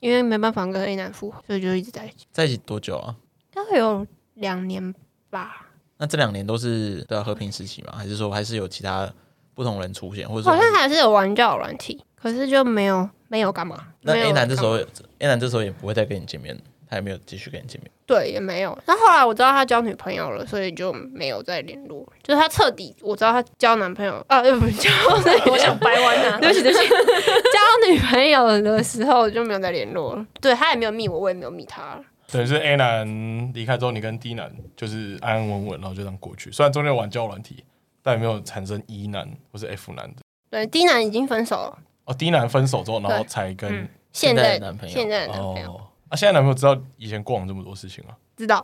D: 因为没办法跟 A 男复合，所以就一直在一起，
B: 在一起多久啊？
D: 大概有两年吧，
B: 那这两年都是对啊和平时期吗？还是说还是有其他不同人出现，或者
D: 好
B: 说
D: 像还是有玩交友软体，可是就没有没有干嘛。
B: 那
D: 没有
B: A 男这时候
D: 干嘛
B: A 男这时候也不会再跟你见面，他也没有继续跟你见面。
D: 对也没有。那后来我知道他交女朋友了，所以就没有再联络了。就是他彻底我知道他交男朋友，啊，呃不是 交那个
C: 我想掰弯啊！
D: 对不起，对不起，交女朋友的时候就没有再联络了。对他也没有密我，我也没有密他了。
A: 等于是 A 男离开之后，你跟 D 男就是安安稳稳，然后就这样过去。虽然中间有玩交友软体，但也没有产生 E 男或是 F 男的。
D: 对，D 男已经分手了，
A: 哦，D 男分手之后，然后
D: 对
A: 才跟
D: 嗯现在
B: 现在的男朋友
D: 现在的男朋友
A: 哦，啊，现在男朋友知道以前过往这么多事情啊，
D: 知道。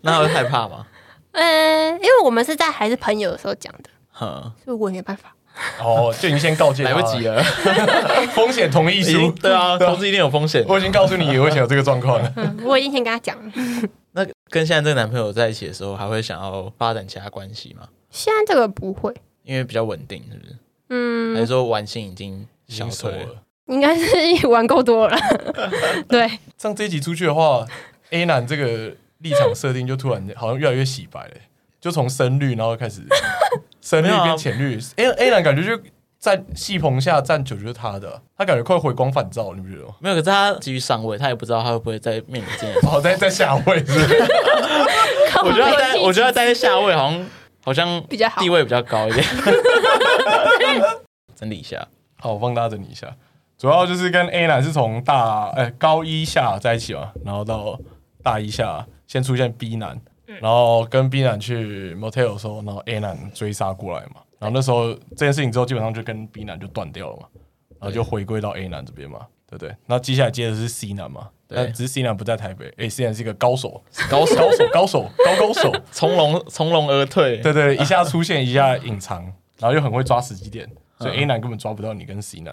B: 那他会害怕吗？
D: 呃，因为我们是在还是朋友的时候讲的，
B: 哼，
D: 所以我也没办法。
A: 哦，就已经先告诫他
B: 来不及
A: 了，
B: 了，
A: 风险同意
B: 已
A: 书
B: 经。对啊，
A: 对啊
B: 投资一定有风险。
A: 我已经告诉你，我以前有这个状况 了。
D: 嗯，我已经先跟他讲了。
B: 那跟现在这个男朋友在一起的时候，还会想要发展其他关系吗？
D: 现在这个不会，
B: 因为比较稳定，是不是？还是
D: 嗯，
B: 说玩性已经
A: 已经
B: 消
A: 熟
B: 退？
A: 了。
D: 应该是 玩够多了。对，
A: 像这一集出去的话，A 男这个立场设定就突然好像越来越洗白了、就从深绿然后 开始深绿
B: 没有啊
A: 变浅绿。A A 男感觉就在戏棚下站久就是他的，啊他感觉快回光返照，你不觉得吗？
B: 没有，可是他基于上位，他也不知道他会不会在面临这件事。
A: 哦，在在下位是不是
B: 我觉得他在，我觉得他在下位好像好像
D: 比较好
B: 地位比较高一 点。整理一下，
A: 好，我帮大家整理一下，主要就是跟 A 男是从大哎、高一下在一起嘛，然后到大一下先出现 B 男，
B: 嗯
A: 然后跟 B 男去 motel 的时候，然后 A 男追杀过来嘛，然后那时候这件事情之后，基本上就跟 B 男就断掉了嘛，然后就回归到 A 男这边嘛，对不对？那接下来接的是 C 男嘛，
B: 对
A: 但只是 C 男不在台北，哎，C 男是一个高手，
B: 高手
A: 高手，高手，高高手，
B: 从容从容而退。
A: 对对，一下出现，一下隐藏，然后又很会抓时机点，所以 A 男根本抓不到你跟 C 男，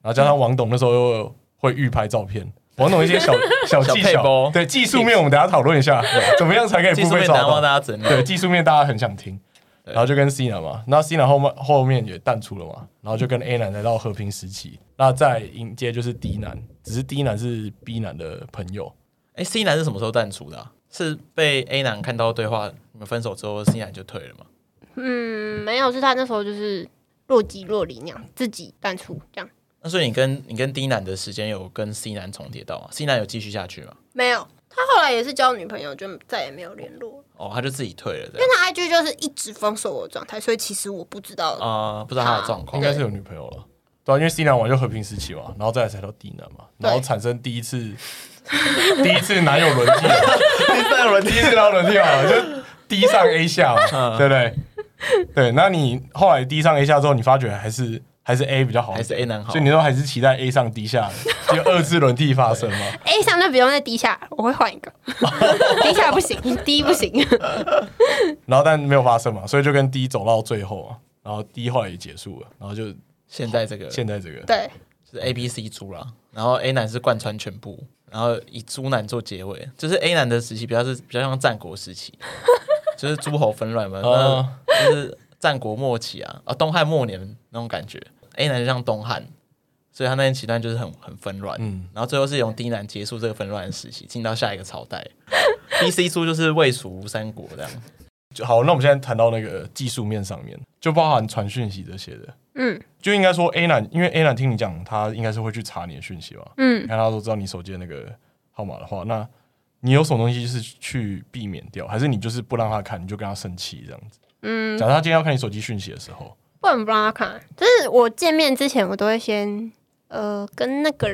A: 然后加上王董那时候又会预拍照片，王董一 些小小技
B: 小配
A: 巧
B: 包，
A: 对技术面我们等一下讨论一下，怎么样才可以
B: 技
A: 不
B: 术
A: 被
B: 面
A: 抓
B: 难帮
A: 到？
B: 大家整理。
A: 对技术面大家很想听，然后就跟 C 男嘛，那 C 男后面后面也淡出了嘛，然后就跟 A 男来到和平时期，那再迎接就是 D 男，只是 D 男是 B 男的朋友，
B: 哎，C 男是什么时候淡出的啊、是被 A 男看到对话，你们分手之后，C 男就退了吗？
D: 嗯，没有，是他那时候就是若即若离那样，自己淡出这样。
B: 那所以你跟你跟 D 男的时间有跟 C 男重叠到吗？C 男有继续下去吗？
D: 没有，他后来也是交女朋友，就再也没有联络。
B: 哦，他就自己退了这
D: 因为
B: 样
D: 他 IG 就是一直封锁我的状态，所以其实我不知道。
B: 啊、不知道他的状
A: 应。
B: 况
A: 该是有女朋友了。对、啊，因为 C 男玩就和平时期嘛，然后再来才到 D 男嘛，然后产生第一次第一次男友轮替嘛，
E: 第三轮
A: 第一次男友轮替嘛，就 D 上 A 下嘛，对不对？对，那你后来 D 上 A 下之后，你发觉还是还是 A 比较好，
B: 还是 A 男好
A: 所以你都还是期待 A 上 D 下，就二次轮替发生嘛。
D: A 上就不用再低下，我会换一个。低下不行，低不行。
A: 然后但没有发生嘛，所以就跟 D 走到最后啊，然后 D 后来也结束了，然后就
B: 现在这个
A: 现在这个，
D: 对，
B: 是 A、B、C 猪啦，然后 A 男是贯穿全部，然后以猪男做结尾，就是 A 男的时期比较是比较像战国时期， 就是诸侯纷乱嘛，
A: 哦
B: 那就是战国末期啊，啊东汉末年那种感觉。A 男就像东汉，所以他那段期段就是很很纷乱，
A: 嗯
B: 然后最后是用 D 男结束这个纷乱的时期，进到下一个朝代。B、C 猪就是魏、蜀、吴三国这样。
A: 就好。那我们现在谈到那个技术面上面，就包含传讯息这些的，
D: 嗯
A: 就应该说 A 男，因为 A 男听你讲，他应该是会去查你的讯息吧？你
D: 嗯，
A: 看他都知道你手机的那个号码的话，那你有什么东西是去避免掉，还是你就是不让他看，你就跟他生气这样子？嗯，假如他今天要看你手机讯息的时候，
D: 不能不让他看。就是我见面之前，我都会先呃跟那个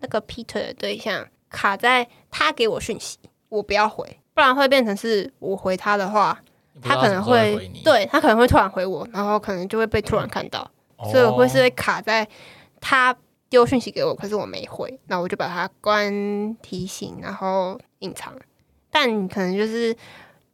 D: 那个劈腿的对象卡在他给我讯息，我不要回，不然会变成是我回他的话，
B: 你不知
D: 他
B: 道
D: 可
B: 什么
D: 能
B: 时候
D: 会
B: 回你，嗯
D: 对他可能会突然回我，然后可能就会被突然看到，所以
A: 哦
D: 我会是
B: 哦
D: 会卡在他丢讯息给我，可是我没回，那我就把它关提醒，然后隐藏。但你可能就是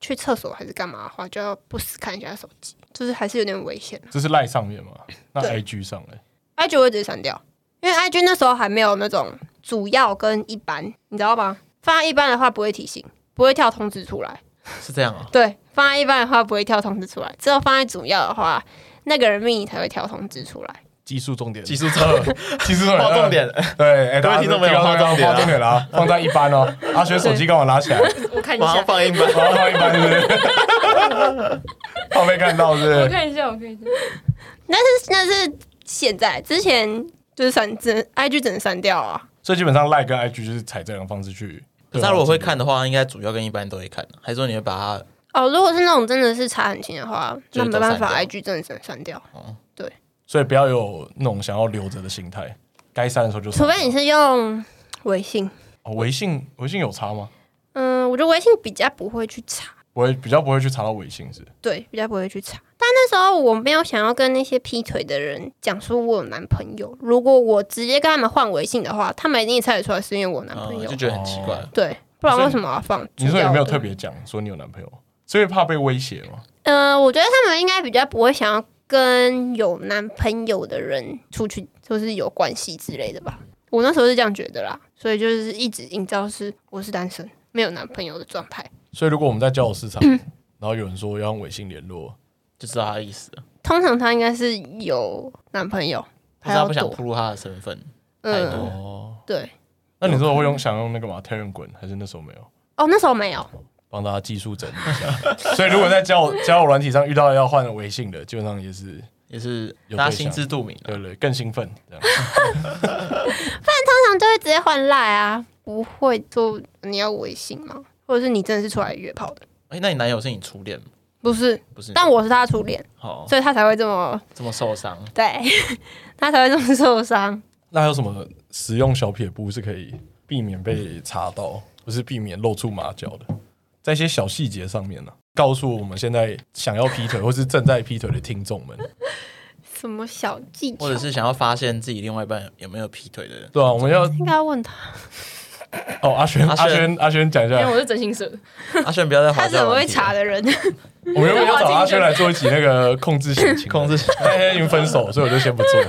D: 去厕所还是干嘛的话，就要不时看一下手机，就是还是有点危险。
A: 这是赖上面嘛？那
D: 对
A: IG 上欸嘞，
D: IG 我会直接删掉，因为 IG 那时候还没有那种主要跟一般，你知道吗？放在一般的话不会提醒，不会跳通知出来。
B: 是这样啊、
D: 对，放在一般的话不会跳通知出来，只有放在主要的话，那个人命你才会跳通知出来。
A: 技术重点，
B: 技术超了，
A: 技术重点，
B: 划重点，
A: 对，哎，大家
E: 听众朋友
A: 这个
E: 划重点啊
A: 划重点啦，放在一般哦。阿轩手机刚好拿起来，
C: 我看一
E: 马
C: 下
E: 上，放一把。
A: 然后放一般是不是？怕被看到是不
C: 我
A: 是？
C: 看一下，我看一下。
D: 那是现在，之前就是删，只能 IG 只能删掉啊。
A: 所以基本上赖跟 IG 就是采这样的方式去。啊
B: 可是他如果会看的话，应该主要跟一般都会看，啊还是说你会把它
D: 哦，如果是那种真的是查很清的话，
B: 就
D: 那
B: 是
D: 没
B: 都
D: 办法
B: 删
D: ，IG 真的只能删掉。
A: 所以不要有那种想要留着的心态，该删的时候就删。
D: 除非你是用微信，
A: 哦微信，微信有差吗？
D: 嗯，我觉得微信比较不会去查。
A: 我会比较不会去查到微信是。
D: 对，比较不会去查。但那时候我没有想要跟那些劈腿的人讲说我有男朋友。如果我直接跟他们换微信的话，他们一定猜得出来是因为我有男朋
B: 嗯
D: 友。哦
B: 就觉得很奇怪。
D: 对，不然为什么要放？
A: 你说有没有特
D: 别？
A: 别讲说你有男朋友？所以怕被威胁吗？
D: 呃，我觉得他们应该比较不会想要跟有男朋友的人出去，就是有关系之类的吧。我那时候是这样觉得啦，所以就是一直营造是我是单身没有男朋友的状态。
A: 所以如果我们在交友市场，
D: 嗯
A: 然后有人说要用微信联络，
B: 就知道他的意思了，
D: 通常他应该是有男朋友，
B: 可
D: 还
B: 是他
D: 要
B: 不想
D: 躲
B: 暴。露他的身份。太多
D: 嗯，
A: 哦，
D: 对。
A: 那你说会用想用那个吗？Telegram 滚还是那时候没有？
D: 哦，那时候没有。
A: 帮大家技术整理一下。 所以如果在交友交友软体上遇到要换微信的，基本上也是
B: 也是
A: 有对象
B: 大家心知肚明啊
A: 对对更兴奋这样。
D: 通常就会直接换赖啊，不会说你要微信吗？或者是你真的是出来约炮的？
B: 哎、那你男友是你初恋吗
D: 不是，
B: 不是？
D: 但我是他的初恋，
B: 好、
D: 所以他才会这么
B: 这么受伤，
D: 对， 他才会这么受伤。
A: 那还有什么使用小撇步是可以避免被查到，不是避免露出马脚的？在一些小细节上面呢、啊告诉我们现在想要劈腿或是正在劈腿的听众们，
D: 什么小技巧
B: 或？者是想要发现自己另外一半有没有劈腿的，
A: 对啊，我们 要
D: 应该问他，
A: 哦，阿轩，
B: 阿
A: 阿
B: 轩
A: 轩，阿轩讲一
B: 啊
C: 因
A: 下，
C: 为我是真心社的，
B: 阿轩不要再滑
D: 他怎
B: 掉
D: 么
B: 问
D: 会
B: 题啊
D: 查
B: 了。
D: 的人？
A: 我们原本要找阿轩来做一集那个控制型情人，
B: 控制型
A: 但因为已经分手，所以我就先不做。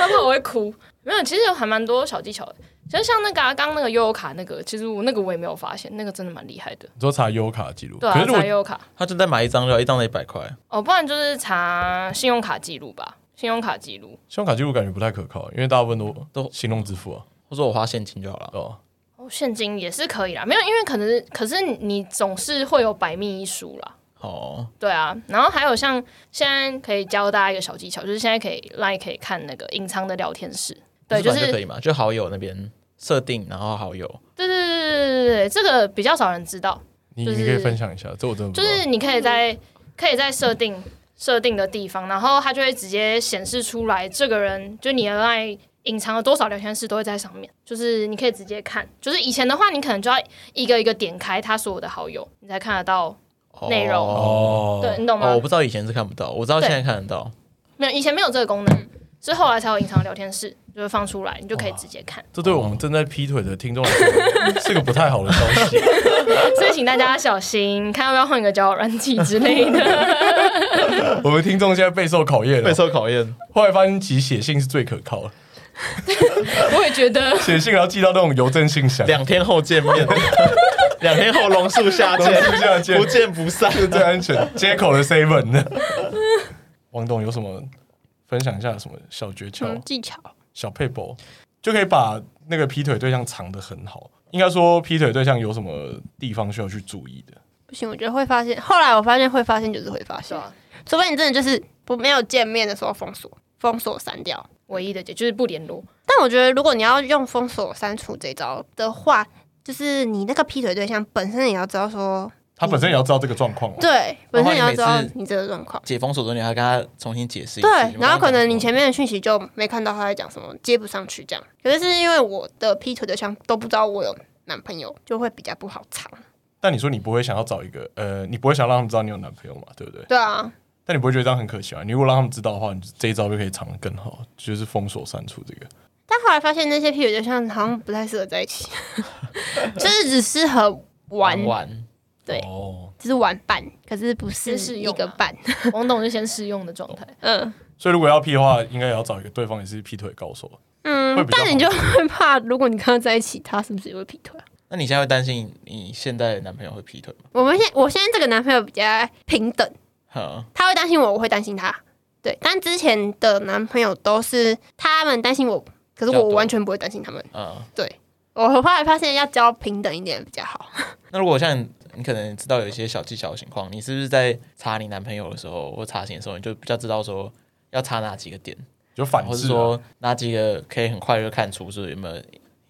C: 要不然我会哭。没有，其实有还蛮多小技巧的，其实像那个啊刚、刚那个悠游卡那个，其实我那个我也没有发现，那个真的蛮厉害的。
A: 你说查优卡记录，
C: 对
A: 可
C: 啊，
A: 是如
C: 查
A: 果
C: 悠游卡
B: 他就再买一张就好，一张才一百块。
C: 哦，不然就是查信用卡记录吧，信用卡记录。
A: 信用卡记录感觉不太可靠，因为大部分都
B: 都
A: 行动支付啊，
B: 或者我花现金就好了。
A: 对吧？
C: 哦，现金也是可以啦，没有，因为可能可是你总是会有百密一疏啦。
B: 哦，
C: 对啊，然后还有像现在可以教大家一个小技巧，就是现在可以 Line 可以看那个隐藏的聊天室，对，
B: 日
C: 就
B: 本
C: 是
B: 可以嘛，就好友那边设定，然后好友
C: 对对对对对对对，这个比较少人知道，
A: 你
C: 就是
A: 你可以分享一下，这我真的不
C: 就
A: 知道。
C: 是你可以在可以在设定设定的地方，然后它就会直接显示出来，这个人就你的 Line 隐藏了多少聊天室都会在上面，就是你可以直接看，就是以前的话你可能就要一个一个点开他所有的好友，你才看得到，内容
A: 哦，
B: 哦。
C: 对你懂吗？
B: 哦，我不知道以前是看不到，我知道现在看得到。
C: 没有，以前没有这个功
B: 嗯
C: 能，是后来才有隐藏聊天室，就会放出来，你就可以直接 看。
A: 这对我们正在劈腿的听众来说是个不太好的消息。
C: 所以请大家小心，看要不要换个交友软体之类的。
A: 我们听众现在备受考验了啊
E: 备，受考验。
A: 后来发现其实写信是最可靠的，
C: 我也觉得，
A: 写信然后寄到那种邮政信 箱，
E: 两天后见面， 两天后龙树下见，
A: 龙树下见
E: 不见不散。
A: 是最安全。街口的 seven 呢？王董有什么分享一下什么小诀窍、
D: 嗯，技巧
A: 小配博，就可以把那个劈腿对象藏得很好？应该说劈腿对象有什么地方需要去注意的？
D: 不行，我觉得会发现。后来我发现会发现就是会发现，除非你真的就是不没有见面的时候封锁，封锁删掉。
C: 唯一的解就是不联络。
D: 但我觉得，如果你要用封锁删除这招的话，就是你那个劈腿对象本身也要知道说，
A: 他本身也要知道这个状况嘛，
D: 对，本身也要知
B: 然后
D: 道
B: 你每次
D: 你这个状况。
B: 解封锁之后，你还要跟他重新解释一次。
D: 对，然后可能你
B: 前
D: 前面的讯息就没看到他在讲什么，接不上去这样。可是是因为我的劈腿对象都不知道我有男朋友，就会比较不好藏。
A: 但你说你不会想要找一个呃，你不会想让他们知道你有男朋友嘛，对不对？
D: 对啊，
A: 但你不会觉得这样很可惜啊？你如果让他们知道的话，你这一招就可以藏得更好，就是封锁删除这个。
D: 但后来发现那些劈腿对象好像不太适合在一起， 就是只适合玩，
B: 玩，
D: 对
A: 哦，
D: 只是玩伴，可是不是
C: 先试
D: 一
C: 用
D: 个
C: 啊
D: 伴。
C: 王董是先试用的状态，
D: 嗯
A: 所以如果要 P 的话，应该也要找一个对方也是劈腿高手。会
D: 嗯
A: 比，较
D: 但你就会怕，如果你跟他在一起，他是不是也会劈腿啊？
B: 那你现在会担心你现在的男朋友会劈腿吗？
D: 我们现我现在这个男朋友比较平等，
B: 哼，
D: 他会担心我，我会担心他。对，但之前的男朋友都是他们担心我，可是
B: 比较
D: 我
B: 多
D: 完全不会担心他们。
B: 嗯。
D: 对我后来发现要交平等一点比较好。
B: 那如果像你你可能知道有一些小技巧的情况，你是不是在查你男朋友的时候或查寝的时候，你就比较知道说要查哪几个点，
A: 就反
B: 或
A: 制、
B: 者
A: 啊，
B: 说哪几个可以很快就看出是有没有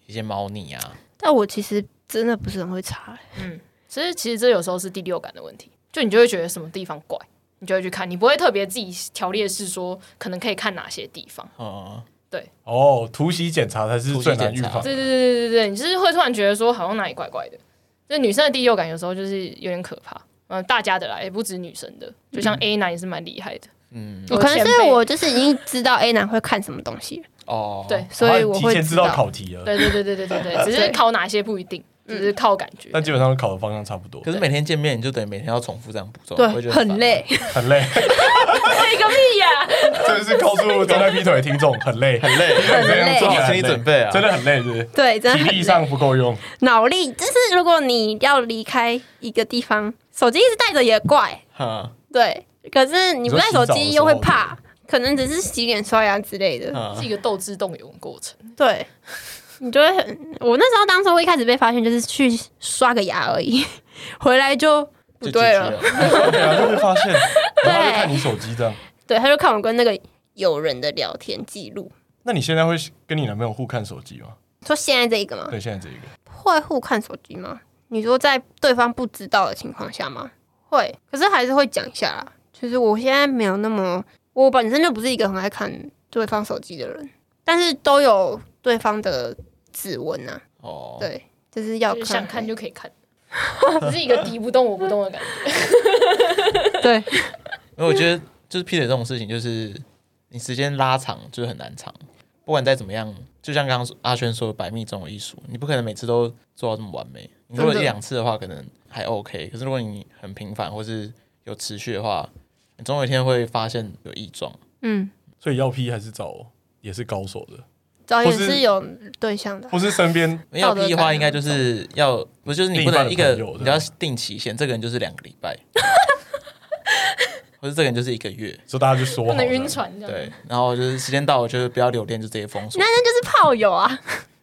B: 一些猫腻啊？
D: 但我其实真的不是很会查、欸
C: 嗯其实其实这有时候是第六感的问题，就你就会觉得什么地方怪，你就会去看，你不会特别自己条列式说可能可以看哪些地方。
B: 嗯，
A: 哦，突袭检查才是最难预防
B: 突袭检查
A: 的。
C: 对对对对对对，你就是会突然觉得说好像哪里怪怪的。就女生的第六感有时候就是有点可怕，嗯，大家的啦，也不止女生的，就像 A 男也是蛮厉害的。
B: 嗯，
D: 我可能
C: 前
D: 是因为
C: 辈
D: 我就是已经知道 A 男会看什么东 西了，
B: 哦，
C: 对，
D: 所以我
A: 提
D: 会
A: 前知道考题啊了，
C: 对对对对对对对，只是
D: 对
C: 靠哪些不一定，只
D: 嗯
C: 是靠感觉。
A: 但基本上考的方向差不多
B: 可，是每天见面，你就等于每天要重复这样步骤，会觉
D: 对，
B: 得烦
D: 很。累。
A: 很累。
D: 哎
C: 对个屁呀！
A: 这是告诉正在劈腿的听众，很累，很
E: 累
A: 这样做
E: 做
A: 好
E: 好心理准备啊
A: 真的很累，是不是？
D: 对，真的
A: 体
D: 很
A: 力
D: 累。
A: 上不够用，
D: 脑力就是如果你要离开一个地方，手机一直带着也怪，
B: 哈，
D: 对。可是你不带手机又会怕
A: 你，
D: 可能只是洗脸刷牙之类的，
B: 嗯
C: 是一个斗智斗勇的过程。
D: 对。你就会很，我那时候当初一开始被发现就是去刷个牙而已，回来就不
B: 就
D: 对
B: 进去
D: 了。
A: 对啊，就被发 现，然后他就看你手机这样。
D: 对，他就看我跟那个友人的聊天记录，
A: 那你现在会跟你男朋友互看手机吗？
D: 说现在这一个
C: 哦
D: 吗？
A: 对，现在这一个，
D: 会互看手机吗？你说在对方不知道的情况下吗？会，可是还是会讲一下啦。就是我现在没有那么，我本身就不是一个很爱看对方手机的人，但是都有对方的指纹啊，
B: 哦，
D: 对，就是要
C: 就是
D: 看
C: 想看就可以看，只是一个敌不动我不动的感觉。
D: 对，
B: 因为我觉得就是劈腿这种事情，就是你时间拉长就是很难长，不管再怎么样，就像刚刚阿轩说，的，百密总有一疏，你不可能每次都做到这么完美。你如果一
D: 真的
B: 两次的话，可能还 OK，可是如果你很频繁或是有持续的话，你总有一天会发现有异状。
D: 嗯，
A: 所以要劈还是找也是高手的。
D: 早也
A: 或是
D: 是有对象 的啊，
A: 或是身边
B: 没有
D: 道德
B: 屁话，
D: 感啊
B: 应该就是要不是就是你
A: 另一
B: 不
A: 半
B: 能
A: 的
B: 一个
A: 朋友
E: 啊
B: 你要定期限，这个人就是两个礼拜， 或者这个人就是一个月，
A: 就大家就说好
C: 不能
A: 这样
C: 晕，船
D: 啊
C: 这样。
B: 对，然后就是时间到了就是不要留恋，就直接封锁
D: 那。那就是炮友啊，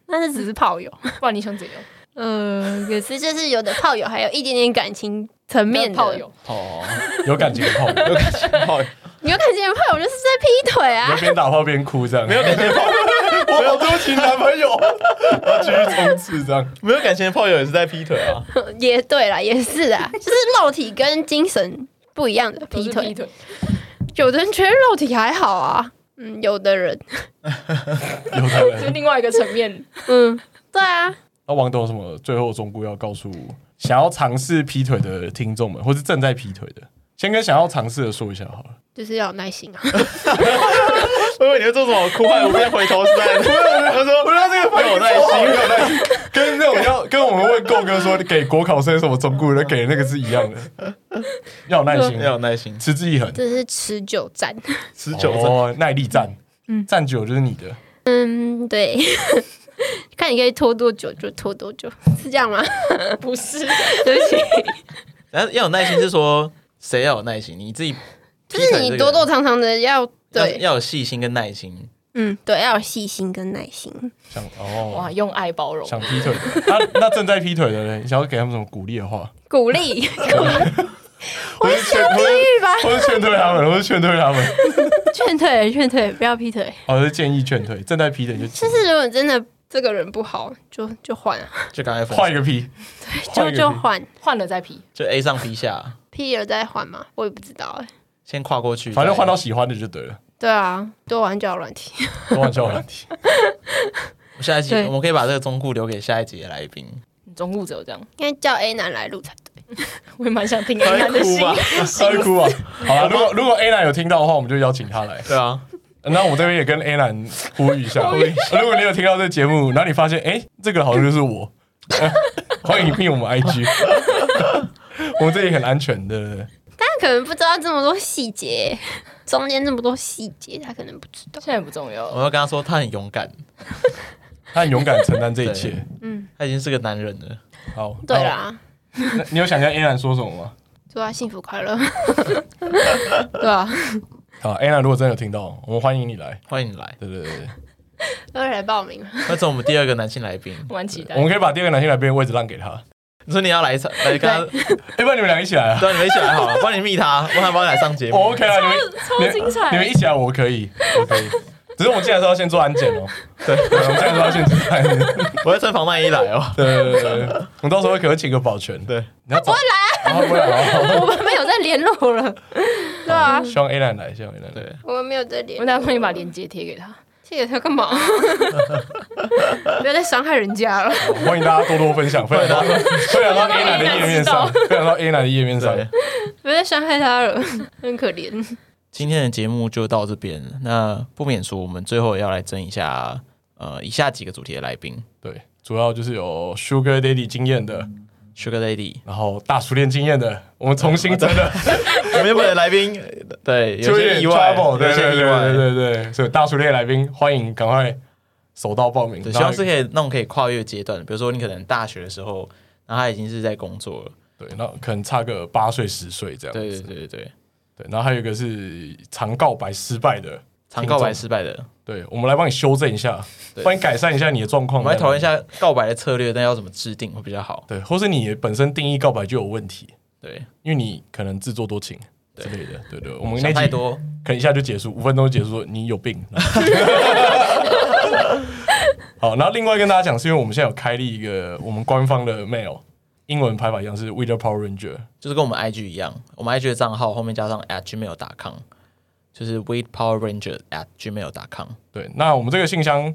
D: 那就只是炮友。
C: 不然你想怎样？
D: 嗯，可是就是有的炮友还有一点点感情层面的
C: 炮，友，
B: 哦，
A: 有感情的 炮友，有感情炮友，
D: 有感情的炮友就是在劈腿
A: 你
D: 啊
A: 就。边打炮边哭这样，
E: 没有感情 的炮友，
A: 我好多情男朋友，我要继续冲刺这样。
E: 没有感情的炮友也是在劈腿啊。
D: 也对啦，也是 啊，就是肉体跟精神不一样的
C: 都
D: 劈
C: 是
D: 腿。
C: 劈腿，
D: 有的人觉得肉体还好啊，嗯，有的人，
A: 有的
C: 这是
A: 人，
C: 另外一个层面。
D: 嗯， 对啊，
A: 那王董有什么最后忠告要告诉想要尝试劈腿的听众们，或是正在劈腿的，先跟想要尝试的说一下好了。
D: 就是要有耐心啊。
E: 我以为你会做什么哭害，我在回头是岸。他说：“我让这个朋友耐心。
A: 跟那种要跟我们问够哥说给国考生什么忠告的给那个是一样的， 要有耐心，
B: 要有耐心，
A: 持之以恒，
D: 这是持久战。
E: 持久战
A: 哦耐力战，站久就是你的。
D: 嗯，对， 看你可以拖多久就拖多久，是这样吗？
C: 不是，
D: 对不起，
B: 然后要有耐心是说谁要有耐心，你自己劈
D: 就
B: 腿这
D: 是
B: 个人
D: 你多多长长的要
B: 要
D: 对，
B: 要有细心跟耐心，
D: 嗯，对，要有细心跟耐心。
A: 想哦
C: 哇，，用爱包容，
A: 想劈腿的，那那正在劈腿的人，你想要给他们什么鼓励的话？
D: 鼓励，
A: 我是劝，我
D: 对吧？
A: 是我是劝退他们，我是劝退他们，
D: 劝退，劝退，不要劈腿。
A: 我是建议劝退，正在劈腿就
D: 就是如果真的这个人不好，就就换啊，
B: 就赶快分手
A: 换一个劈，换
D: 就
A: 一个
D: 就
A: 劈
D: 换，
C: 换了再劈。
B: 就 A 上 B 下，
D: 劈了再换嘛，我也不知道哎、
B: 先跨过去，
A: 反正换
B: 到
A: 到喜欢的就对了，
D: 对啊，多玩交友软体，
A: 多玩交友软 体。
B: 下一集，
D: 对
B: 我们可以把这个忠告留给下一集的来宾。
C: 你中路只有这样，
D: 应该叫 A 男来录才对。
C: 我也蛮想听
E: 他
C: 人家
E: 会
C: 的
E: 哭
C: 心。
E: 吧？
A: 他会哭啊！好了，如果如果 A 男有听到的话，我们就邀请他来。
B: 对啊，
A: 那我这边也跟 A 男呼吁一下，呼吁如果你有听到这节目，然后你发现哎、诶这个好像就是我，呃欢迎并我们 IG，我们这里很安全的。对不对
D: 他可能不知道这么多细节，中间这么多细节，他可能不知道。
C: 现在不重
B: 我
C: 要，
B: 要跟他说他很勇敢，
A: 他很勇敢承担这一切。
D: 嗯，
B: 他已经是个男人了。
A: 好，
D: 对啦，
A: 那，那你有想跟 A 男说什么吗？
D: 祝他幸福快乐。 对啊，
A: 好，A 男如果真的有听到，我们欢迎你来。
B: 欢迎你来，
A: 对对对对，
D: 要来报名了。
B: 那是我们第二个男性来宾。
C: 我蛮期待
A: 我。们可以把第二个男性来宾的位置让给他，
B: 你说你要来一场，来跟他，
A: 要、不然你们俩一起来啊？
B: 对，你们一起来好了，帮你密他，我还帮你来上节目。
A: 我 OK 啊，你们
C: 超精
A: 你们
C: 彩！
A: 一起来，我可以，我可以。只是我们进来的时候要先做安检哦。对，我们进来的时候要先做安检。
B: 我要穿防弹衣来哦。
A: 对对对对，对我们到时候可能请个保全。
E: 对，
A: 你要找他不会来啊，他不会来
D: 我们没有再联络了。对啊
A: 哦。，希望 A 男来，希望 A 男来。
B: 对，
D: 我们没有再联
C: 我
D: 络。
C: 们等下帮你把链接贴给他。
D: 谢谢他干 嘛？不要再伤害人家了。
A: 好欢迎大家多多分享，分享到分享到 A 男的页面上，分享到 A 男的页面上。
B: 对
D: 不要再伤害他了，很可怜。
B: 今天的节目就到这边。那不免俗，我们最后要来争一下，呃，以下几个主题的来宾
A: 对，主要就是有 Sugar Daddy 经验的，
B: ：Sugar Lady，
A: 然后大熟练经验的，我们重新真的
B: 我们原本的来宾，啊对，有
A: 就
B: 些
A: 点
B: 意外，
A: trouble，
B: 有
A: 对对
B: 些
A: 对
B: 意
A: 对
B: 外。
A: 对对对，所以大熟练来宾欢迎赶快手到报名，
B: 对，
A: 然
B: 希
A: 后
B: 望是可以那种可以跨越阶段的，比如说你可能大学的时候，然后他已经是在工作了，
A: 对，那可能差个八岁十岁这样
B: 对
A: 子
B: 对。对对对，
A: 对，然后还有一个是常告白失败的，
B: 常告白
A: 听众
B: 失败的，
A: 对，我们来帮你修正一下，
B: 对
A: 帮你改善一下你的状况。
B: 我们来讨论一，下告白的策略，但要怎么制定会比较好？
A: 对，或是你本身定义告白就有问题，
B: 对，
A: 因为你可能自作多情之类的。对对，我们那
B: 想
A: 集
B: 太多，
A: 可能一下就结束，五分钟就结束，你有病。 好，然后另外跟大家讲，是因为我们现在有开立一个我们官方的 mail，英文排法一样是 w i t h e r Power Ranger，
B: 就是跟我们 IG 一样，我们 IG 的账号后面加上 at gmail.com，就是 wait power ranger at gmail.com。
A: 对，那我们这个信箱，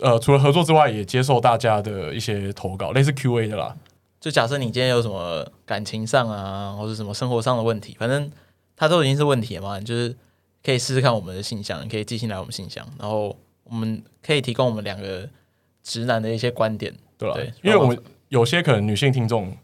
A: 呃，除了合作之外，也接受大家的一些投稿，类似 Q&A 的啦。
B: 就假设你今天有什么感情上啊，或者什么生活上的问题，反正它都已经是问题了嘛，你就是可以试试看我们的信箱，你可以寄信来我们信箱，然后我们可以提供我们两个直男的一些观点。
A: 对啦
B: 对
A: 因为我们有些可能女性听众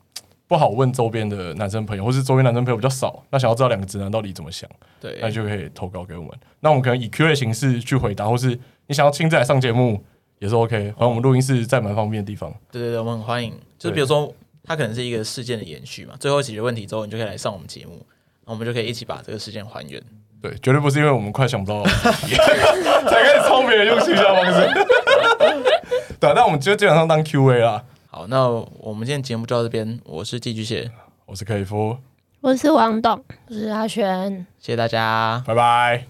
A: 不好问周边的男生朋友，或是周边男生朋友比较少，那想要知道两个直男到底怎么想，
B: 对，
A: 那就可以投稿给我们。那我们可能以 Q&A 形式去回答，或是你想要亲自来上节目，也是 OK。反正我们录音室在蛮方便的地方，
B: 对对对，我们很欢迎。就是
A: 对
B: 比如说，它可能是一个事件的延续嘛，最后解决问题之后，你就可以来上我们节目，然后我们就可以一起把这个事件还原。
A: 对，绝对不是因为我们快想不到 才开始抄别人用行销方式。 对啊，那我们就基本上当 Q&A 啦。
B: 好，那我们今天节目就到这边，我是寄居蟹，
A: 我是克里夫，
D: 我是王董，我是阿轩。
B: 谢谢大家，
A: 拜拜。